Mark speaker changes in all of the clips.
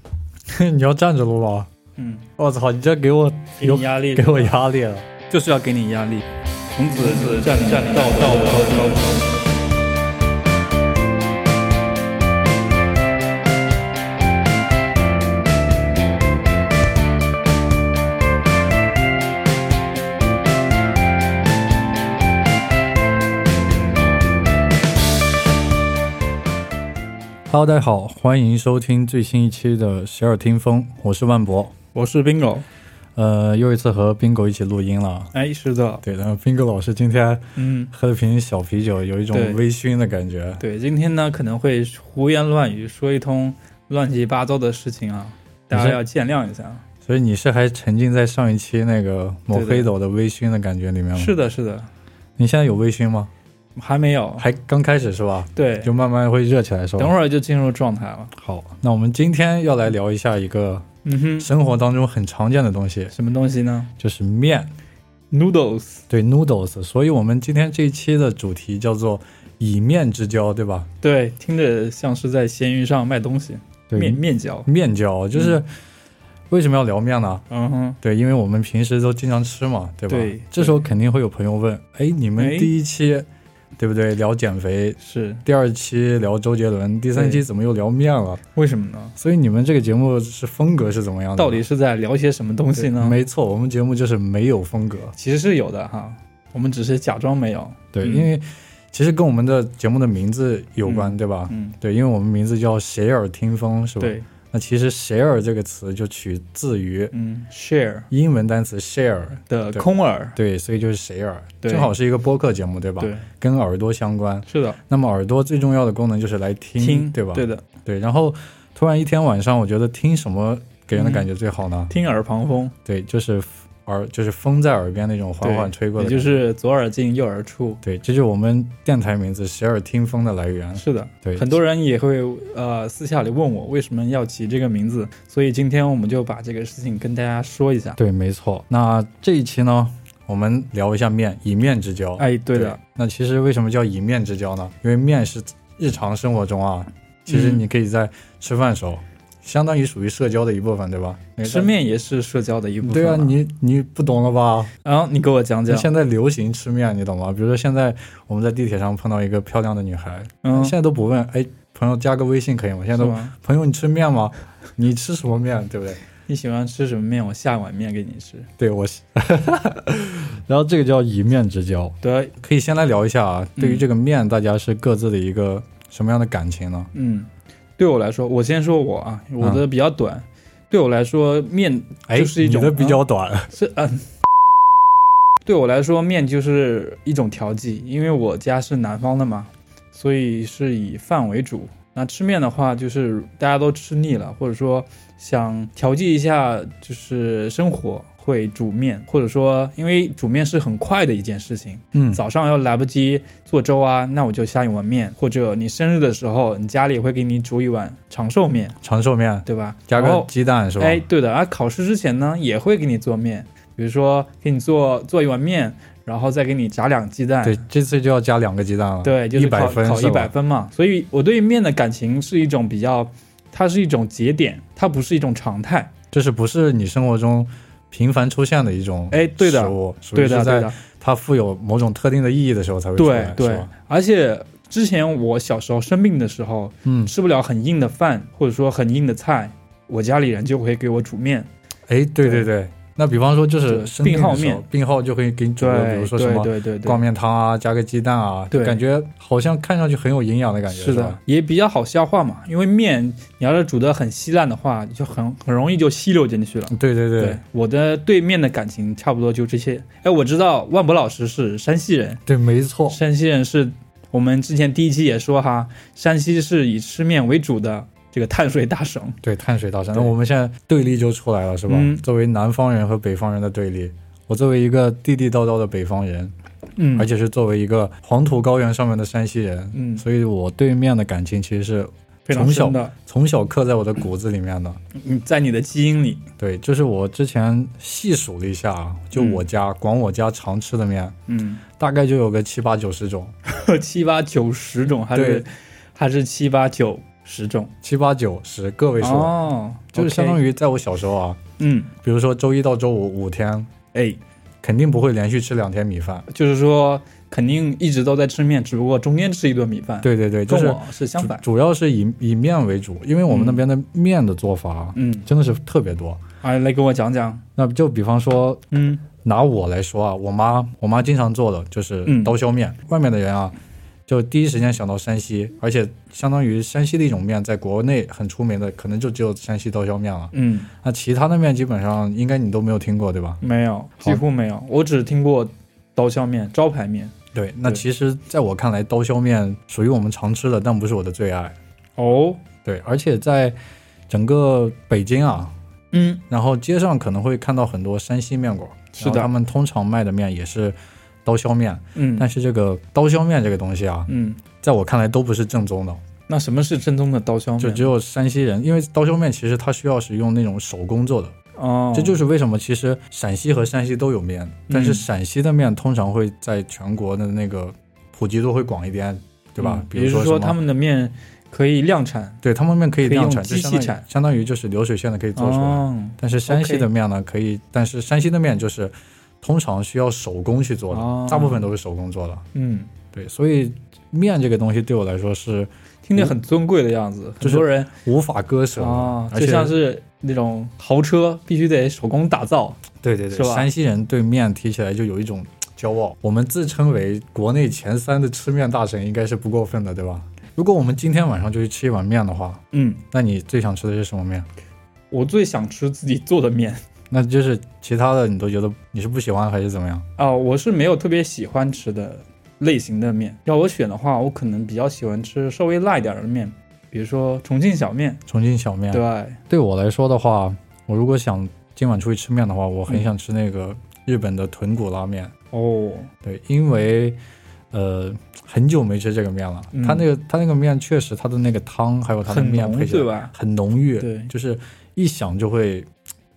Speaker 1: 你要站着录吧？
Speaker 2: 嗯，
Speaker 1: 我操，你这给我
Speaker 2: 给你压力，
Speaker 1: 给我压力了。
Speaker 2: 就是要给你压力。从此站站到到高高。
Speaker 1: Hello，大家好，欢迎收听最新一期的《洗耳听风》，我是万博。
Speaker 2: 我是 bingo，
Speaker 1: 呃，又一次和 bingo 一起录音了。
Speaker 2: 哎，是的，
Speaker 1: 对的，bingo 老师今天
Speaker 2: 嗯，
Speaker 1: 喝了瓶小啤酒，有一种
Speaker 2: 对
Speaker 1: 微醺的感觉。
Speaker 2: 对，今天呢可能会胡言乱语，说一通乱七八糟的事情啊，大
Speaker 1: 你
Speaker 2: 家
Speaker 1: 是
Speaker 2: 要见谅一下。
Speaker 1: 所以你是还沉浸在上一期那个抹
Speaker 2: 对的
Speaker 1: 黑斗的微醺的感觉里面吗？
Speaker 2: 是。的，是的，
Speaker 1: 你现在有微醺吗？
Speaker 2: 还没有，
Speaker 1: 还刚开始是吧？
Speaker 2: 对，
Speaker 1: 就慢慢会热起来是吧？
Speaker 2: 等会儿就进入状态了。
Speaker 1: 好，那我们今天要来聊一下一个
Speaker 2: 嗯哼，
Speaker 1: 生活当中很常见的东西，
Speaker 2: 什么东西呢
Speaker 1: 就是面。
Speaker 2: ？Noodles，
Speaker 1: 对 noodles，所以我们今天这一期的主题叫做以面之交，对吧？
Speaker 2: 对，听着像是在闲鱼上卖东西，
Speaker 1: 对
Speaker 2: 面嗯面交。
Speaker 1: 面交就是为什么要聊面呢？
Speaker 2: 嗯哼，
Speaker 1: 对，因为我们平时都经常吃嘛，对吧？
Speaker 2: 对
Speaker 1: 这时候肯定会有朋友问，哎，你们
Speaker 2: 哎
Speaker 1: 第一期对不对聊减肥，
Speaker 2: 是
Speaker 1: 第二期聊周杰伦，第三期
Speaker 2: 对
Speaker 1: 怎么又聊面了？
Speaker 2: 为什么呢？
Speaker 1: 所以你们这个节目是风格是怎么样的呢？
Speaker 2: 到底是在聊些什么东西呢？
Speaker 1: 嗯没错，我们节目就是没有风格。
Speaker 2: 其实是有的哈，我们只是假装没有。
Speaker 1: 对，
Speaker 2: 嗯
Speaker 1: 因为其实跟我们的节目的名字有关，对吧？
Speaker 2: 嗯，
Speaker 1: 对，因为我们名字叫“斜耳听风”，是吧？。
Speaker 2: 对，
Speaker 1: 那其实“斜耳”这个词就取自于
Speaker 2: 嗯，share
Speaker 1: 英文单词 “share”，
Speaker 2: 的
Speaker 1: 对
Speaker 2: 空耳，
Speaker 1: 对，所以就是“斜耳”，
Speaker 2: 对
Speaker 1: 正好是一个播客节目，对吧？
Speaker 2: 对，
Speaker 1: 跟耳朵相关。
Speaker 2: 是的，
Speaker 1: 那么耳朵最重要的功能就是来听，
Speaker 2: 听，
Speaker 1: 对吧？
Speaker 2: 对的，
Speaker 1: 对然后突然一天晚上，我觉得听什么给人的
Speaker 2: 嗯
Speaker 1: 感觉最好呢？
Speaker 2: 听耳旁风，
Speaker 1: 对，就是耳，就是风在耳边那种缓
Speaker 2: 对
Speaker 1: 缓吹过
Speaker 2: 也
Speaker 1: 的感觉。
Speaker 2: 就是左耳进右耳出。
Speaker 1: 对，这就是我们电台名字“斜耳听风”的来源。
Speaker 2: 是的，
Speaker 1: 嗯对，
Speaker 2: 很多人也会呃私下里问我为什么要起这个名字，所以今天我们就把这个事情跟大家说一下。
Speaker 1: 对，没错。那这一期呢，我们聊一下面，以面之交。
Speaker 2: 哎，对的，
Speaker 1: 那其实为什么叫以面之交呢？因为面是日常生活中啊，其实
Speaker 2: 嗯
Speaker 1: 你可以在吃饭时候，相当于属于社交的一部分，对吧？
Speaker 2: 吃。面也是社交的一部分。
Speaker 1: 对啊，你你不懂了吧？
Speaker 2: 然后你给我讲
Speaker 1: 就
Speaker 2: 讲，
Speaker 1: 现在流行吃面，你懂吗？比如说现在我们在地铁上碰到一个漂亮的女孩，
Speaker 2: 嗯，
Speaker 1: 现在都不问，哎，朋友加个微信可以吗？现在
Speaker 2: 是
Speaker 1: 都
Speaker 2: 吗？
Speaker 1: 朋友你吃面吗？你吃什么面，对不对？
Speaker 2: 你喜欢吃什么面？我下碗面给你吃。
Speaker 1: 对我， 然后这个叫以面之交，
Speaker 2: 对，
Speaker 1: 可以先来聊一下啊，
Speaker 2: 嗯
Speaker 1: 对于这个面，大家是各自的一个什么样的感情呢？
Speaker 2: 嗯，对我来说，我先说我啊，我的比较短。对我来说，面
Speaker 1: 哎，
Speaker 2: 就是一种
Speaker 1: 你的比较短，
Speaker 2: 是嗯， 对我来说，面就是一种调剂，因为我家是南方的嘛，所以是以饭为主。那吃面的话，就是大家都吃腻了，或者说想调剂一下，就是生活会煮面，或者说因为煮面是很快的一件事情，
Speaker 1: 嗯，
Speaker 2: 早上要来不及做粥啊，那我就下一碗面，或者你生日的时候，你家里会给你煮一碗长寿面，
Speaker 1: 长寿面
Speaker 2: 对吧？
Speaker 1: 加
Speaker 2: 然
Speaker 1: 个
Speaker 2: 后
Speaker 1: 鸡蛋是吧？
Speaker 2: 哎，对的啊，考试之前呢也会给你做面，比如说给你做做一碗面，然后再给你炸两鸡蛋，
Speaker 1: 对，这次就要加两个鸡蛋了，
Speaker 2: 哎对，就是
Speaker 1: 一百
Speaker 2: 考
Speaker 1: 分
Speaker 2: 考
Speaker 1: 是
Speaker 2: 一
Speaker 1: 吧
Speaker 2: 百分嘛。所以我对面的感情是一种比较，它是一种节点，它不是一种常态。
Speaker 1: 就是不是你生活中频繁出现的一种
Speaker 2: 哎对的
Speaker 1: 食物，属于
Speaker 2: 对的，
Speaker 1: 是在
Speaker 2: 对的，
Speaker 1: 它富有某种特定的意义的时候才会出
Speaker 2: 对
Speaker 1: 来，是
Speaker 2: 对
Speaker 1: 吧？。
Speaker 2: 而且之前我小时候生病的时候，
Speaker 1: 嗯，
Speaker 2: 吃不了很硬的饭或者说很硬的菜，我家里人就会给我煮面。
Speaker 1: 哎，对对
Speaker 2: 对
Speaker 1: 对，那比方说就是
Speaker 2: 对
Speaker 1: 生病
Speaker 2: 病号
Speaker 1: 的时候
Speaker 2: 面，
Speaker 1: 病号就会给你煮个，比如
Speaker 2: 对
Speaker 1: 说什么
Speaker 2: 对对对
Speaker 1: 挂
Speaker 2: 对，
Speaker 1: 面汤啊，加个鸡蛋啊，
Speaker 2: 对
Speaker 1: 感觉好像看上去很有营养的感觉，
Speaker 2: 是
Speaker 1: 吧
Speaker 2: 的，也比较好消化嘛。因为面你要是煮得很稀烂的话，就很很容易就吸溜进去了。
Speaker 1: 对对对
Speaker 2: 对，我的对面的感情差不多就这些。哎，我知道万博老师是山西人，
Speaker 1: 对，没错，
Speaker 2: 山西人是我们之前第一期也说哈，山西是以吃面为主的这个碳水大省。
Speaker 1: 对碳水大餐。那
Speaker 2: 对
Speaker 1: 我们现在对立就出来了，是吧？
Speaker 2: 嗯
Speaker 1: 作为南方人和北方人的对立，我作为一个地地道道的北方人，
Speaker 2: 嗯
Speaker 1: 而且是作为一个黄土高原上面的山西人，
Speaker 2: 嗯，
Speaker 1: 所以我对面的感情其实是
Speaker 2: 非常
Speaker 1: 从小
Speaker 2: 深的，
Speaker 1: 从小刻在我的骨子里面的。
Speaker 2: 嗯，在你的基因里，
Speaker 1: 对，就是我之前细数了一下啊，就我家、光我家常吃的面，
Speaker 2: 嗯，
Speaker 1: 大 概就有个七八九十种。
Speaker 2: 七八九十种还
Speaker 1: 对
Speaker 2: 是还是七八九十种，
Speaker 1: 七八九十个位数，
Speaker 2: 哦，
Speaker 1: 就是相当
Speaker 2: 于
Speaker 1: 于在我小时候啊，
Speaker 2: 嗯，
Speaker 1: 比如说周一到周五五天，
Speaker 2: 哎，
Speaker 1: 肯定不会连续吃两天米饭。
Speaker 2: 就是说肯定一直都在吃面，只不过中间吃一顿米饭。，
Speaker 1: 对对对，就
Speaker 2: 跟
Speaker 1: 是
Speaker 2: 我是相
Speaker 1: 主
Speaker 2: 反。
Speaker 1: 主要是以以面为主，因为我们那边的面的做法啊
Speaker 2: 嗯，
Speaker 1: 真的是特别多。
Speaker 2: 啊，来给我讲讲。
Speaker 1: 那就比方说
Speaker 2: 嗯
Speaker 1: 拿我来说啊，我妈我妈经常做的就是
Speaker 2: 嗯
Speaker 1: 刀削面，外面的人啊，就第一时间想到山西，而且相当于山西的一种面，在国内很出名的，可能就只有山西刀削面了。
Speaker 2: 嗯，
Speaker 1: 那其他的面基本上应该你都没有听过，对吧？
Speaker 2: 没有，几乎没有，我只听过刀削面、招牌面。
Speaker 1: 对，那
Speaker 2: 对
Speaker 1: 其实在我看来，刀削面属于我们常吃的，但不是我的最爱。
Speaker 2: 哦，
Speaker 1: 对，而且在整个北京啊，
Speaker 2: 嗯，
Speaker 1: 然后街上可能会看到很多山西面馆，
Speaker 2: 是
Speaker 1: 然后他
Speaker 2: 的，
Speaker 1: 们通常卖的面也是刀削面，
Speaker 2: 嗯
Speaker 1: 但是这个刀削面这个东西啊，
Speaker 2: 嗯，
Speaker 1: 在我看来都不是正宗的，
Speaker 2: 那什么是正宗的刀削
Speaker 1: 就
Speaker 2: 面？
Speaker 1: 只有山西人，因为刀削面其实它需要是用那种手工做的，
Speaker 2: 哦，
Speaker 1: 这就是是为什么其实陕西和山西都有面，
Speaker 2: 嗯
Speaker 1: 但是陕西的面通常会在全国的那个普及度会广一点，对吧？
Speaker 2: 比如
Speaker 1: 说
Speaker 2: 说
Speaker 1: 什么
Speaker 2: 他们的面可以量产，
Speaker 1: 对他们面可以
Speaker 2: 可以
Speaker 1: 量
Speaker 2: 用
Speaker 1: 产，就
Speaker 2: 机
Speaker 1: 相当于
Speaker 2: 器产
Speaker 1: 相当于就是流水线的可以做出来。
Speaker 2: 哦
Speaker 1: 但是山西
Speaker 2: OK
Speaker 1: 的面呢，可以，但是山西的面就是通常需要手工去做的，
Speaker 2: 哦
Speaker 1: 大部分都是手工做的。
Speaker 2: 嗯，
Speaker 1: 对，所以面这个东西对我来说是
Speaker 2: 听着很尊贵的样子，
Speaker 1: 就
Speaker 2: 很
Speaker 1: 是
Speaker 2: 多人
Speaker 1: 无法割舍的，
Speaker 2: 啊，
Speaker 1: 而
Speaker 2: 就
Speaker 1: 且
Speaker 2: 像是那种豪车必须得手工打造，
Speaker 1: 对对
Speaker 2: 是
Speaker 1: 对，
Speaker 2: 吧
Speaker 1: 山西人对面提起来就有一种骄傲。我们自称为国内前三的吃面大神，应该是不过分的，对吧？如果我们今天晚上就去吃一碗面的话，
Speaker 2: 嗯。
Speaker 1: 那你最想吃的是什么面？
Speaker 2: 我最想吃自己做的面
Speaker 1: 那就是其他的你都觉得你是不喜欢还是怎么样？
Speaker 2: 啊、我是没有特别喜欢吃的类型的面。要我选的话，我可能比较喜欢吃稍微辣一点的面，比如说重庆小面，
Speaker 1: 重庆小面。
Speaker 2: 对，
Speaker 1: 对我来说的话，我如果想今晚出去吃面的话，我很
Speaker 2: 嗯
Speaker 1: 想吃那个日本的豚骨拉面。
Speaker 2: 哦，
Speaker 1: 对，因为呃很久没吃这个面了，
Speaker 2: 嗯
Speaker 1: 它那个它那个面确实它的那个汤还有它的
Speaker 2: 很
Speaker 1: 面
Speaker 2: 浓，
Speaker 1: 配起来
Speaker 2: 对吧？
Speaker 1: 很浓郁，
Speaker 2: 对
Speaker 1: 就是一想就会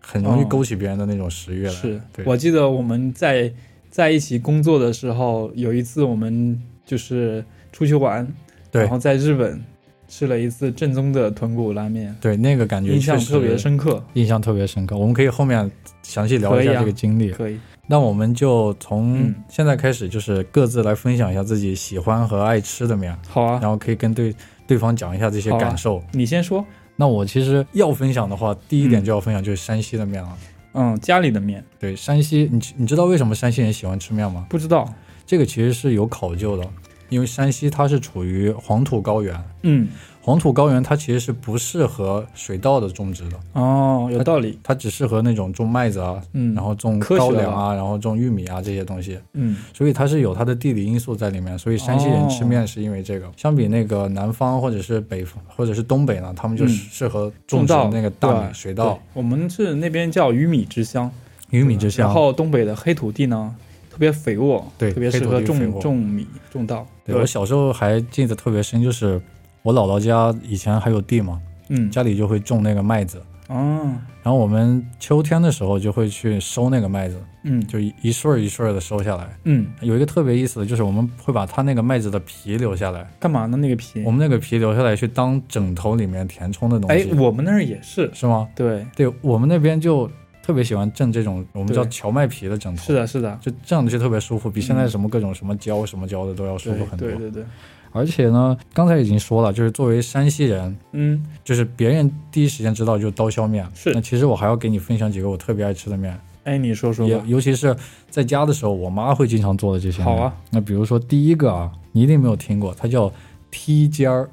Speaker 1: 很容易
Speaker 2: 哦
Speaker 1: 勾起别人的那种食欲来。
Speaker 2: 是
Speaker 1: 对，
Speaker 2: 我记得我们在在一起工作的时候，有一次我们就是出去玩，
Speaker 1: 对
Speaker 2: 然后在日本吃了一次正宗的豚骨拉面，
Speaker 1: 对那个感觉
Speaker 2: 印象
Speaker 1: 确实
Speaker 2: 特别，深刻。
Speaker 1: 印象特别深刻。我们可以后面详细聊一
Speaker 2: 可以
Speaker 1: 下
Speaker 2: 啊
Speaker 1: 这个经历。
Speaker 2: 可以，
Speaker 1: 那我们就从
Speaker 2: 嗯
Speaker 1: 现在开始，就是各自来分享一下自己喜欢和爱吃的面，
Speaker 2: 好啊
Speaker 1: 然，后可以跟对对方讲一下这些
Speaker 2: 好啊
Speaker 1: 感受。
Speaker 2: 你先说。
Speaker 1: 那我其实要分享的话，第一点
Speaker 2: 嗯
Speaker 1: 就要分享就是山西的面了。
Speaker 2: 嗯，家里的面
Speaker 1: 对，山西，你你知道为什么山西人喜欢吃面吗？
Speaker 2: 不知道。
Speaker 1: 这个其实是有考究的，因为山西它是处于黄土高原，
Speaker 2: 嗯，
Speaker 1: 黄土高原它其实是不适合水稻的种植的，
Speaker 2: 哦，有道理。
Speaker 1: 它只适合那种种麦子啊，
Speaker 2: 嗯，
Speaker 1: 呃然后种
Speaker 2: 科学
Speaker 1: 高粱啊，然后种玉米啊这些东西，
Speaker 2: 嗯，
Speaker 1: 所以它是有它的地理因素在里面，所以山西人吃面是因为
Speaker 2: 哦
Speaker 1: 这个。相比那个南方或者是北方或者是东北呢，他们就
Speaker 2: 嗯
Speaker 1: 适合种
Speaker 2: 种
Speaker 1: 植
Speaker 2: 稻
Speaker 1: 那个大米、
Speaker 2: 对
Speaker 1: 水稻
Speaker 2: 对、我们是那边叫鱼米之乡，
Speaker 1: 玉米之乡
Speaker 2: 然。后东北的黑土地呢，特别肥沃，
Speaker 1: 对
Speaker 2: 特别适
Speaker 1: 黑土
Speaker 2: 合
Speaker 1: 地肥沃
Speaker 2: 种种米、种稻。
Speaker 1: 对我，小时候还记得特别深，就是我姥姥家以前还有地嘛，
Speaker 2: 嗯，
Speaker 1: 家里就会种那个麦子。
Speaker 2: 啊，
Speaker 1: 然后我们秋天的时候就会去收那个麦子，
Speaker 2: 嗯，
Speaker 1: 就一一穗儿一穗儿的收下来。
Speaker 2: 嗯，
Speaker 1: 有一个特别意思的就是，我们会把它那个麦子的皮留下来，
Speaker 2: 干嘛呢？那个皮
Speaker 1: 我，们那个皮留下来去当枕头里面填充的东
Speaker 2: 哎
Speaker 1: 西，，
Speaker 2: 我们那儿也是，
Speaker 1: 是吗？
Speaker 2: 对，
Speaker 1: 对我们那边就特别喜欢枕这种我们
Speaker 2: 对
Speaker 1: 叫荞麦皮的枕头，
Speaker 2: 是的，是的，
Speaker 1: 就这样的就特别舒服，比现在什么各种什么胶什么胶的都要舒
Speaker 2: 对
Speaker 1: 服很多
Speaker 2: 对。对对，
Speaker 1: 而且呢，刚才已经说了，就是作为山西人，
Speaker 2: 嗯，
Speaker 1: 就是别人第一时间知道就是刀削面，
Speaker 2: 是
Speaker 1: 那其实我还要给你分享几个我特别爱吃的面。
Speaker 2: 哎，你说说
Speaker 1: 也
Speaker 2: 吧，
Speaker 1: 尤其是在家的时候，我妈会经常做的这些。
Speaker 2: 好啊，
Speaker 1: 那比如说第一个啊，你一定没有听过，它叫梯尖儿。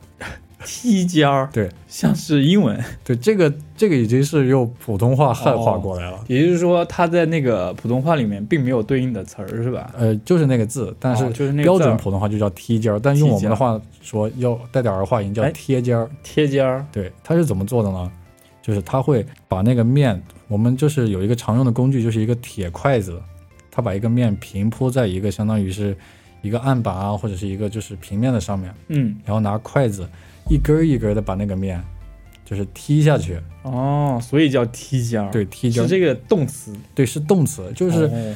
Speaker 2: 梯尖儿，
Speaker 1: 对，
Speaker 2: 像是英文，
Speaker 1: 对，这个这个已经是用普通话汉
Speaker 2: 哦
Speaker 1: 化过来了。
Speaker 2: 也就是说它在那个普通话里面并没有对应的词儿，是吧？
Speaker 1: 呃，就是那个字，但
Speaker 2: 哦
Speaker 1: 是
Speaker 2: 就是那个
Speaker 1: 标
Speaker 2: 字
Speaker 1: 准
Speaker 2: 儿
Speaker 1: 普通话就叫梯尖儿，但用我们的话说要带点儿话音叫
Speaker 2: 哎
Speaker 1: 贴尖儿。
Speaker 2: 贴尖儿，
Speaker 1: 对，它是怎么做的呢？就是它会把那个面，我们就是有一个常用的工具，就是一个铁筷子，它把一个面平铺在一个相当于是一个案板啊，或者是一个就是平面的上面，
Speaker 2: 嗯，
Speaker 1: 然后拿筷子一根儿一根的把那个面就是踢下去，
Speaker 2: 哦，所以叫梯尖儿，
Speaker 1: 对，，踢尖
Speaker 2: 是
Speaker 1: 儿，
Speaker 2: 这个动词，
Speaker 1: 对，是动词，就是
Speaker 2: 哦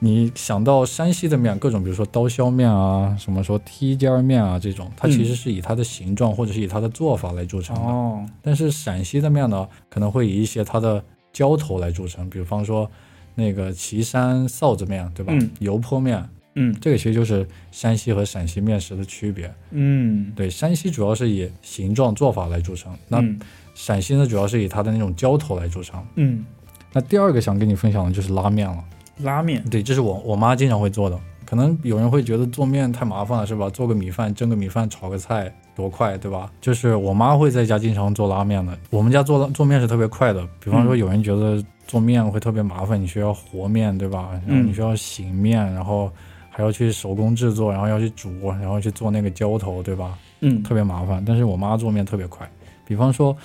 Speaker 1: 你想到山西的面，各种比如说刀削面啊，什么说梯间面啊这种，它其实是以它的形状或者是以它的做法来著称的。
Speaker 2: 嗯哦，
Speaker 1: 但是陕西的面呢，可能会以一些它的浇头来著称，比方说那个岐山臊子面，对吧？
Speaker 2: 嗯
Speaker 1: 油泼面，
Speaker 2: 嗯
Speaker 1: 这个其实就是山西和陕西面食的区别。
Speaker 2: 嗯
Speaker 1: 对，山西主要是以形状做法来著称，那
Speaker 2: 嗯
Speaker 1: 陕西呢主要是以它的那种浇头来著称。
Speaker 2: 嗯，
Speaker 1: 那第二个想跟你分享的就是拉面了。
Speaker 2: 拉面，
Speaker 1: 对，这是我我妈经常会做的。可能有人会觉得做面太麻烦了，是吧？做个米饭，蒸个米饭，炒个菜，多快，对吧？就是我妈会在家经常做拉面的。我们家做拉做面是特别快的。比方说，有人觉得做面会特别麻烦，你需要和面，对吧？然后
Speaker 2: 嗯
Speaker 1: 你需要醒面，然后还要去手工制作，然后要去煮，然后去做那个浇头，对吧？
Speaker 2: 嗯
Speaker 1: 特别麻烦。但是我妈做面特别快，比方说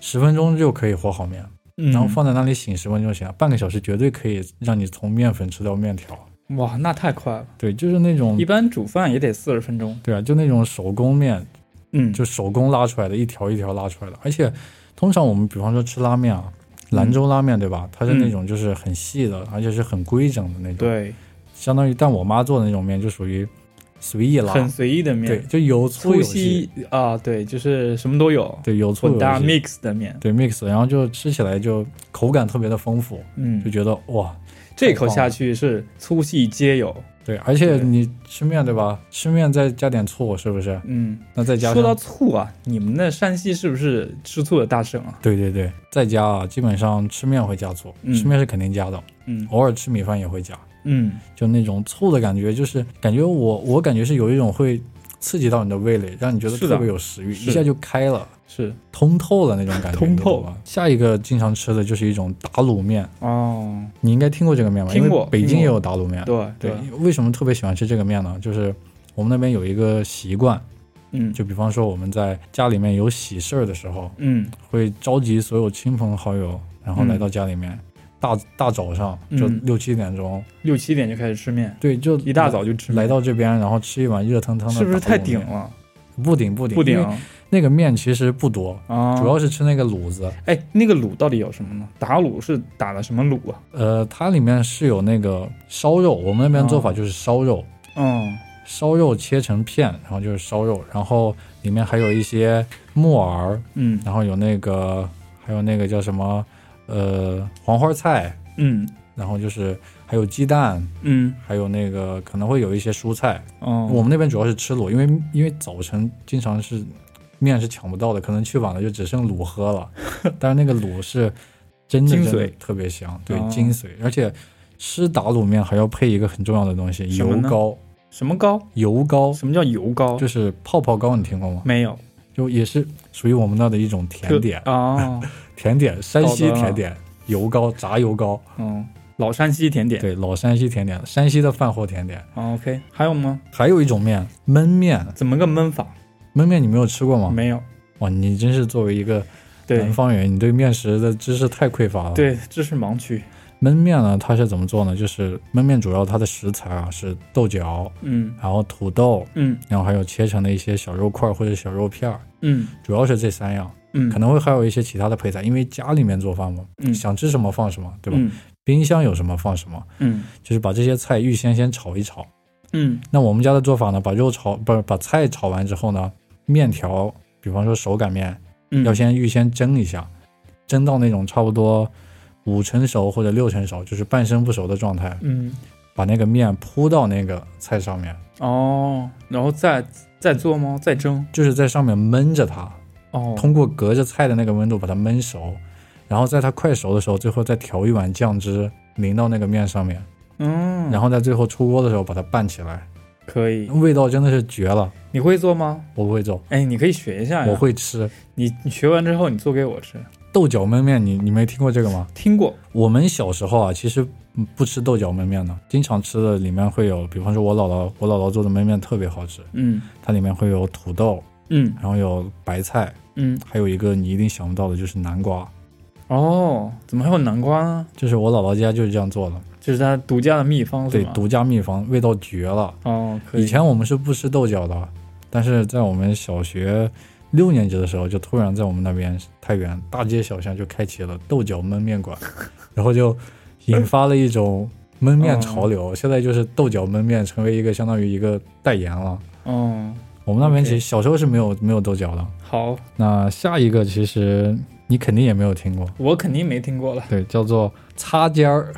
Speaker 1: 十分钟就可以和好面，
Speaker 2: 嗯，
Speaker 1: 然后放在那里醒十分钟就行了，半个小时绝对可以让你从面粉吃到面条。
Speaker 2: 哇，那太快了，
Speaker 1: 对，就是那种
Speaker 2: 一般煮饭也得四十分钟，
Speaker 1: 对啊，就那种手工面，
Speaker 2: 嗯，
Speaker 1: 就手工拉出来的，一条一条拉出来的。而且通常我们比方说吃拉面啊，兰
Speaker 2: 嗯
Speaker 1: 州拉面对吧？它是那种就是很细的，而且是很规整的那种。，
Speaker 2: 对，
Speaker 1: 相当于但我妈做的那种面就属于随意拉，
Speaker 2: 很随意的面，
Speaker 1: 对，就有粗
Speaker 2: 粗
Speaker 1: 有细，
Speaker 2: 细啊，对，就是什么都有，
Speaker 1: 对，有粗
Speaker 2: 混搭
Speaker 1: 有细，
Speaker 2: mix 的面，
Speaker 1: 对 mix，然后就吃起来就口感特别的丰富，就
Speaker 2: 嗯，
Speaker 1: 觉得哇，
Speaker 2: 这口下去是粗细皆有，
Speaker 1: 对，而且
Speaker 2: 对
Speaker 1: 你吃面对吧？吃面再加点醋，是不是？
Speaker 2: 嗯。
Speaker 1: 那再加
Speaker 2: 说到
Speaker 1: 上，
Speaker 2: 醋啊，你们那山西是不是吃醋的大省啊？
Speaker 1: 对对对，再加啊，基本上吃面会加醋，
Speaker 2: 嗯
Speaker 1: 吃面是肯定加的，
Speaker 2: 嗯
Speaker 1: 偶尔吃米饭也会加，
Speaker 2: 嗯
Speaker 1: 就那种醋的感觉，就是感觉我我感觉是有一种会刺激到你的味蕾，让你觉得
Speaker 2: 是的
Speaker 1: 特别有食欲，
Speaker 2: 是
Speaker 1: 一下就开了，
Speaker 2: 是
Speaker 1: 通透了那种感觉，
Speaker 2: 通透
Speaker 1: 你懂吗。下一个经常吃的就是一种打卤面，
Speaker 2: 哦，
Speaker 1: 你应该听过这个面吧？
Speaker 2: 听过
Speaker 1: 因为北
Speaker 2: 听
Speaker 1: 京
Speaker 2: 过
Speaker 1: 也有打卤面。
Speaker 2: 对
Speaker 1: 对，为什么特别喜欢吃这个面呢？就是我们那边有一个习惯，
Speaker 2: 嗯
Speaker 1: 就比方说我们在家里面有喜事儿的时候，
Speaker 2: 嗯
Speaker 1: 会召集所有亲朋好友，然后来到家里面，大大早上就
Speaker 2: 嗯
Speaker 1: 六七点钟，
Speaker 2: 六七点就开始吃面，
Speaker 1: 对，就
Speaker 2: 一大早就吃面，
Speaker 1: 来到这边，然后吃一碗热腾腾的，
Speaker 2: 是不是太顶？了？
Speaker 1: 不顶不顶
Speaker 2: 不顶
Speaker 1: 因为那个面其实不多，
Speaker 2: 啊！
Speaker 1: 主要是吃那个卤子，
Speaker 2: 哎，那个卤到底有什么呢？打卤是打的什么卤啊？
Speaker 1: 呃，它里面是有那个烧肉，我们那边做法就是烧肉，
Speaker 2: 嗯
Speaker 1: 烧肉切成片，然后就是烧肉，然后里面还有一些木耳，
Speaker 2: 嗯
Speaker 1: 然后有那个还有那个叫什么，呃，黄花菜，
Speaker 2: 嗯
Speaker 1: 然后就是还有鸡蛋，
Speaker 2: 嗯
Speaker 1: 还有那个可能会有一些蔬菜。
Speaker 2: 哦，
Speaker 1: 我们那边主要是吃卤，因为因为早晨经常是面是抢不到的，可能去晚了就只剩卤喝了。 但是那个卤是真的真
Speaker 2: 精
Speaker 1: 的
Speaker 2: 髓
Speaker 1: 特别香，对
Speaker 2: 哦，
Speaker 1: 精髓。而且吃打卤面还要配一个很重要的东西，
Speaker 2: 什么
Speaker 1: 油
Speaker 2: 呢
Speaker 1: 糕。
Speaker 2: 什么糕？
Speaker 1: 油糕
Speaker 2: 什么叫油糕？
Speaker 1: 就是泡泡糕，你听过吗？
Speaker 2: 没有
Speaker 1: 就也是属于我们那的一种甜点，
Speaker 2: 哦，
Speaker 1: 甜点，山西
Speaker 2: 好的啊
Speaker 1: 甜点，油糕，炸油糕，
Speaker 2: 嗯，老山西甜点。
Speaker 1: 对，老山西甜点，山西的饭后甜点。
Speaker 2: 哦 OK，还有吗？
Speaker 1: 还有一种面，焖面，
Speaker 2: 怎么个焖法？
Speaker 1: 焖面你没有吃过吗？
Speaker 2: 没有。
Speaker 1: 哇，你真是作为一个
Speaker 2: 对
Speaker 1: 哦南方人，你对面食的知识太匮乏了。，
Speaker 2: 对，这是盲区。
Speaker 1: 焖面呢，它是怎么做呢？就是焖面主要它的食材啊是豆角，
Speaker 2: 嗯
Speaker 1: 然后土豆，
Speaker 2: 嗯
Speaker 1: 然后还有切成的一些小肉块儿或者小肉片儿，
Speaker 2: 嗯
Speaker 1: 主要是这三样，
Speaker 2: 嗯，
Speaker 1: 可能会还有一些其他的配菜，因为家里面做饭嘛，
Speaker 2: 嗯
Speaker 1: 想吃什么放什么，对吧？
Speaker 2: 嗯
Speaker 1: 冰箱有什么放什么，
Speaker 2: 嗯
Speaker 1: 就是把这些菜预先先炒一炒。
Speaker 2: 嗯
Speaker 1: 那我们家的做法呢，把肉炒不是把菜炒完之后呢，面条，比方说手擀面，
Speaker 2: 嗯，
Speaker 1: 要先预先蒸一下，蒸到那种差不多五成熟或者六成熟，就是半生不熟的状态，
Speaker 2: 嗯
Speaker 1: 把那个面铺到那个菜上面，
Speaker 2: 哦，然后再再做吗？再蒸
Speaker 1: 就是在上面焖着它，
Speaker 2: 哦，
Speaker 1: 通过隔着菜的那个温度把它焖熟，然后在它快熟的时候，最后再调一碗酱汁淋到那个面上面，
Speaker 2: 嗯，
Speaker 1: 然
Speaker 2: 后
Speaker 1: 后在最后出锅的时候把它拌起来，
Speaker 2: 可以，
Speaker 1: 味道真的是绝了。
Speaker 2: 你会做吗？
Speaker 1: 我不会做，
Speaker 2: 哎，你可以学一下呀。
Speaker 1: 我，会吃
Speaker 2: 你你学完之后你做给我吃。
Speaker 1: 豆角焖面，你你没听过这个吗？
Speaker 2: 听过，
Speaker 1: 我们小时候啊，其实嗯不吃豆角焖面的，经常吃的里面会有，比方说我姥姥，我姥姥做的焖面特别好吃，
Speaker 2: 嗯
Speaker 1: 它里面会有土豆，
Speaker 2: 嗯
Speaker 1: 然后有白菜，
Speaker 2: 嗯，
Speaker 1: 还有一个你一定想不到的就是南瓜，
Speaker 2: 哦，怎么还有南瓜呢？
Speaker 1: 就是我姥姥家就是这样做的，
Speaker 2: 这是他独家的秘方是
Speaker 1: 对，
Speaker 2: 吗？
Speaker 1: 独家秘方，味道绝了。
Speaker 2: 哦，可以。
Speaker 1: 以前我们是不吃豆角的，但是在我们小学六年级的时候，就突然在我们那边太原 大街小巷就开启了豆角焖面馆，然后就引发了一种焖面潮流，
Speaker 2: 嗯
Speaker 1: 现在就是豆角焖面成为一个相当于一个代言了。
Speaker 2: 嗯，
Speaker 1: 我们那边
Speaker 2: OK
Speaker 1: 其实小时候是没有没有豆角的。
Speaker 2: 好，
Speaker 1: 那下一个其实你肯定也没有听过，
Speaker 2: 我肯定没听过了。
Speaker 1: 对，叫做擦尖 儿。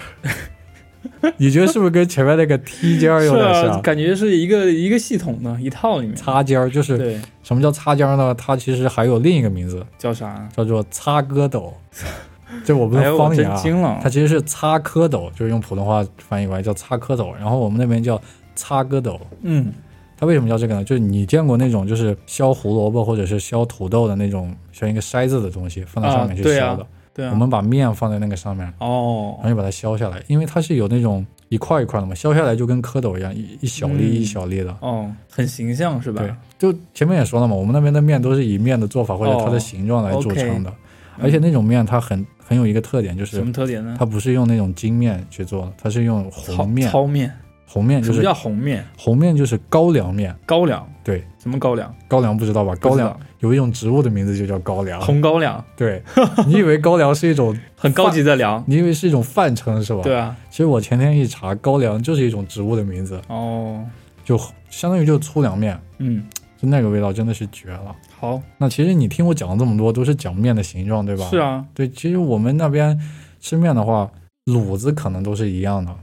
Speaker 1: 你觉得是不是跟前面那个踢尖儿有
Speaker 2: 是
Speaker 1: 点
Speaker 2: 啊，
Speaker 1: 像？
Speaker 2: 感觉是一个一个系统的一套里面。
Speaker 1: 擦尖儿就是
Speaker 2: 对，
Speaker 1: 什么叫擦尖儿呢？它其实还有另一个名字，
Speaker 2: 叫啥？
Speaker 1: 叫做擦疙斗， 这我们
Speaker 2: 哎
Speaker 1: 的
Speaker 2: 呦，
Speaker 1: 方
Speaker 2: 我
Speaker 1: 言
Speaker 2: 真
Speaker 1: 啊。
Speaker 2: 惊了
Speaker 1: 它。其实是擦蝌蚪，就是用普通话翻译过来叫擦蝌蚪，然后我们那边叫擦蝌蚪。
Speaker 2: 嗯，
Speaker 1: 它为什么叫这个呢？就是你见过那种就是削胡萝卜或者是削土豆的那种，像一个筛子的东西放在上面去
Speaker 2: 啊对啊
Speaker 1: 削的。
Speaker 2: 对啊。
Speaker 1: 我们把面放在那个上面，然
Speaker 2: 哦，
Speaker 1: 后就把它削下来，因为它是有那种一块一块的嘛，削下来就跟蝌蚪一样，一一小粒
Speaker 2: 嗯
Speaker 1: 一小粒的。
Speaker 2: 哦，很形象是吧？
Speaker 1: 对，就前面也说了嘛，我们那边的面都是以面的做法或者它的
Speaker 2: 哦
Speaker 1: 形状来著称的，
Speaker 2: 嗯
Speaker 1: 而且那种面它很很有一个特点，就是
Speaker 2: 什么特点呢？
Speaker 1: 它不是用那种精面去做的，它是用
Speaker 2: 糙
Speaker 1: 红面。
Speaker 2: 糙面，
Speaker 1: 红面
Speaker 2: 什
Speaker 1: 就
Speaker 2: 么
Speaker 1: 是
Speaker 2: 叫红面？
Speaker 1: 红面就是高粱面，
Speaker 2: 高粱。
Speaker 1: 对，
Speaker 2: 什么高粱？
Speaker 1: 高粱不知道吧？高粱
Speaker 2: 不知
Speaker 1: 有一种植物的名字就叫高粱
Speaker 2: 道，。红高粱，
Speaker 1: 对， 你以为高粱是一种，
Speaker 2: 很高级的粱。
Speaker 1: 你以为是一种泛称是吧？
Speaker 2: 对。啊。
Speaker 1: 其实我前天一查，高粱就是一种植物的名字，
Speaker 2: 哦，
Speaker 1: 就相当于就是粗粮面，
Speaker 2: 嗯，
Speaker 1: 就那个味道真的是绝了。
Speaker 2: 好，
Speaker 1: 那其实你听我讲了这么多，都是讲面的形状，对吧？
Speaker 2: 是。啊，
Speaker 1: 对，其实我们那边吃面的话，卤子可能都是一样的，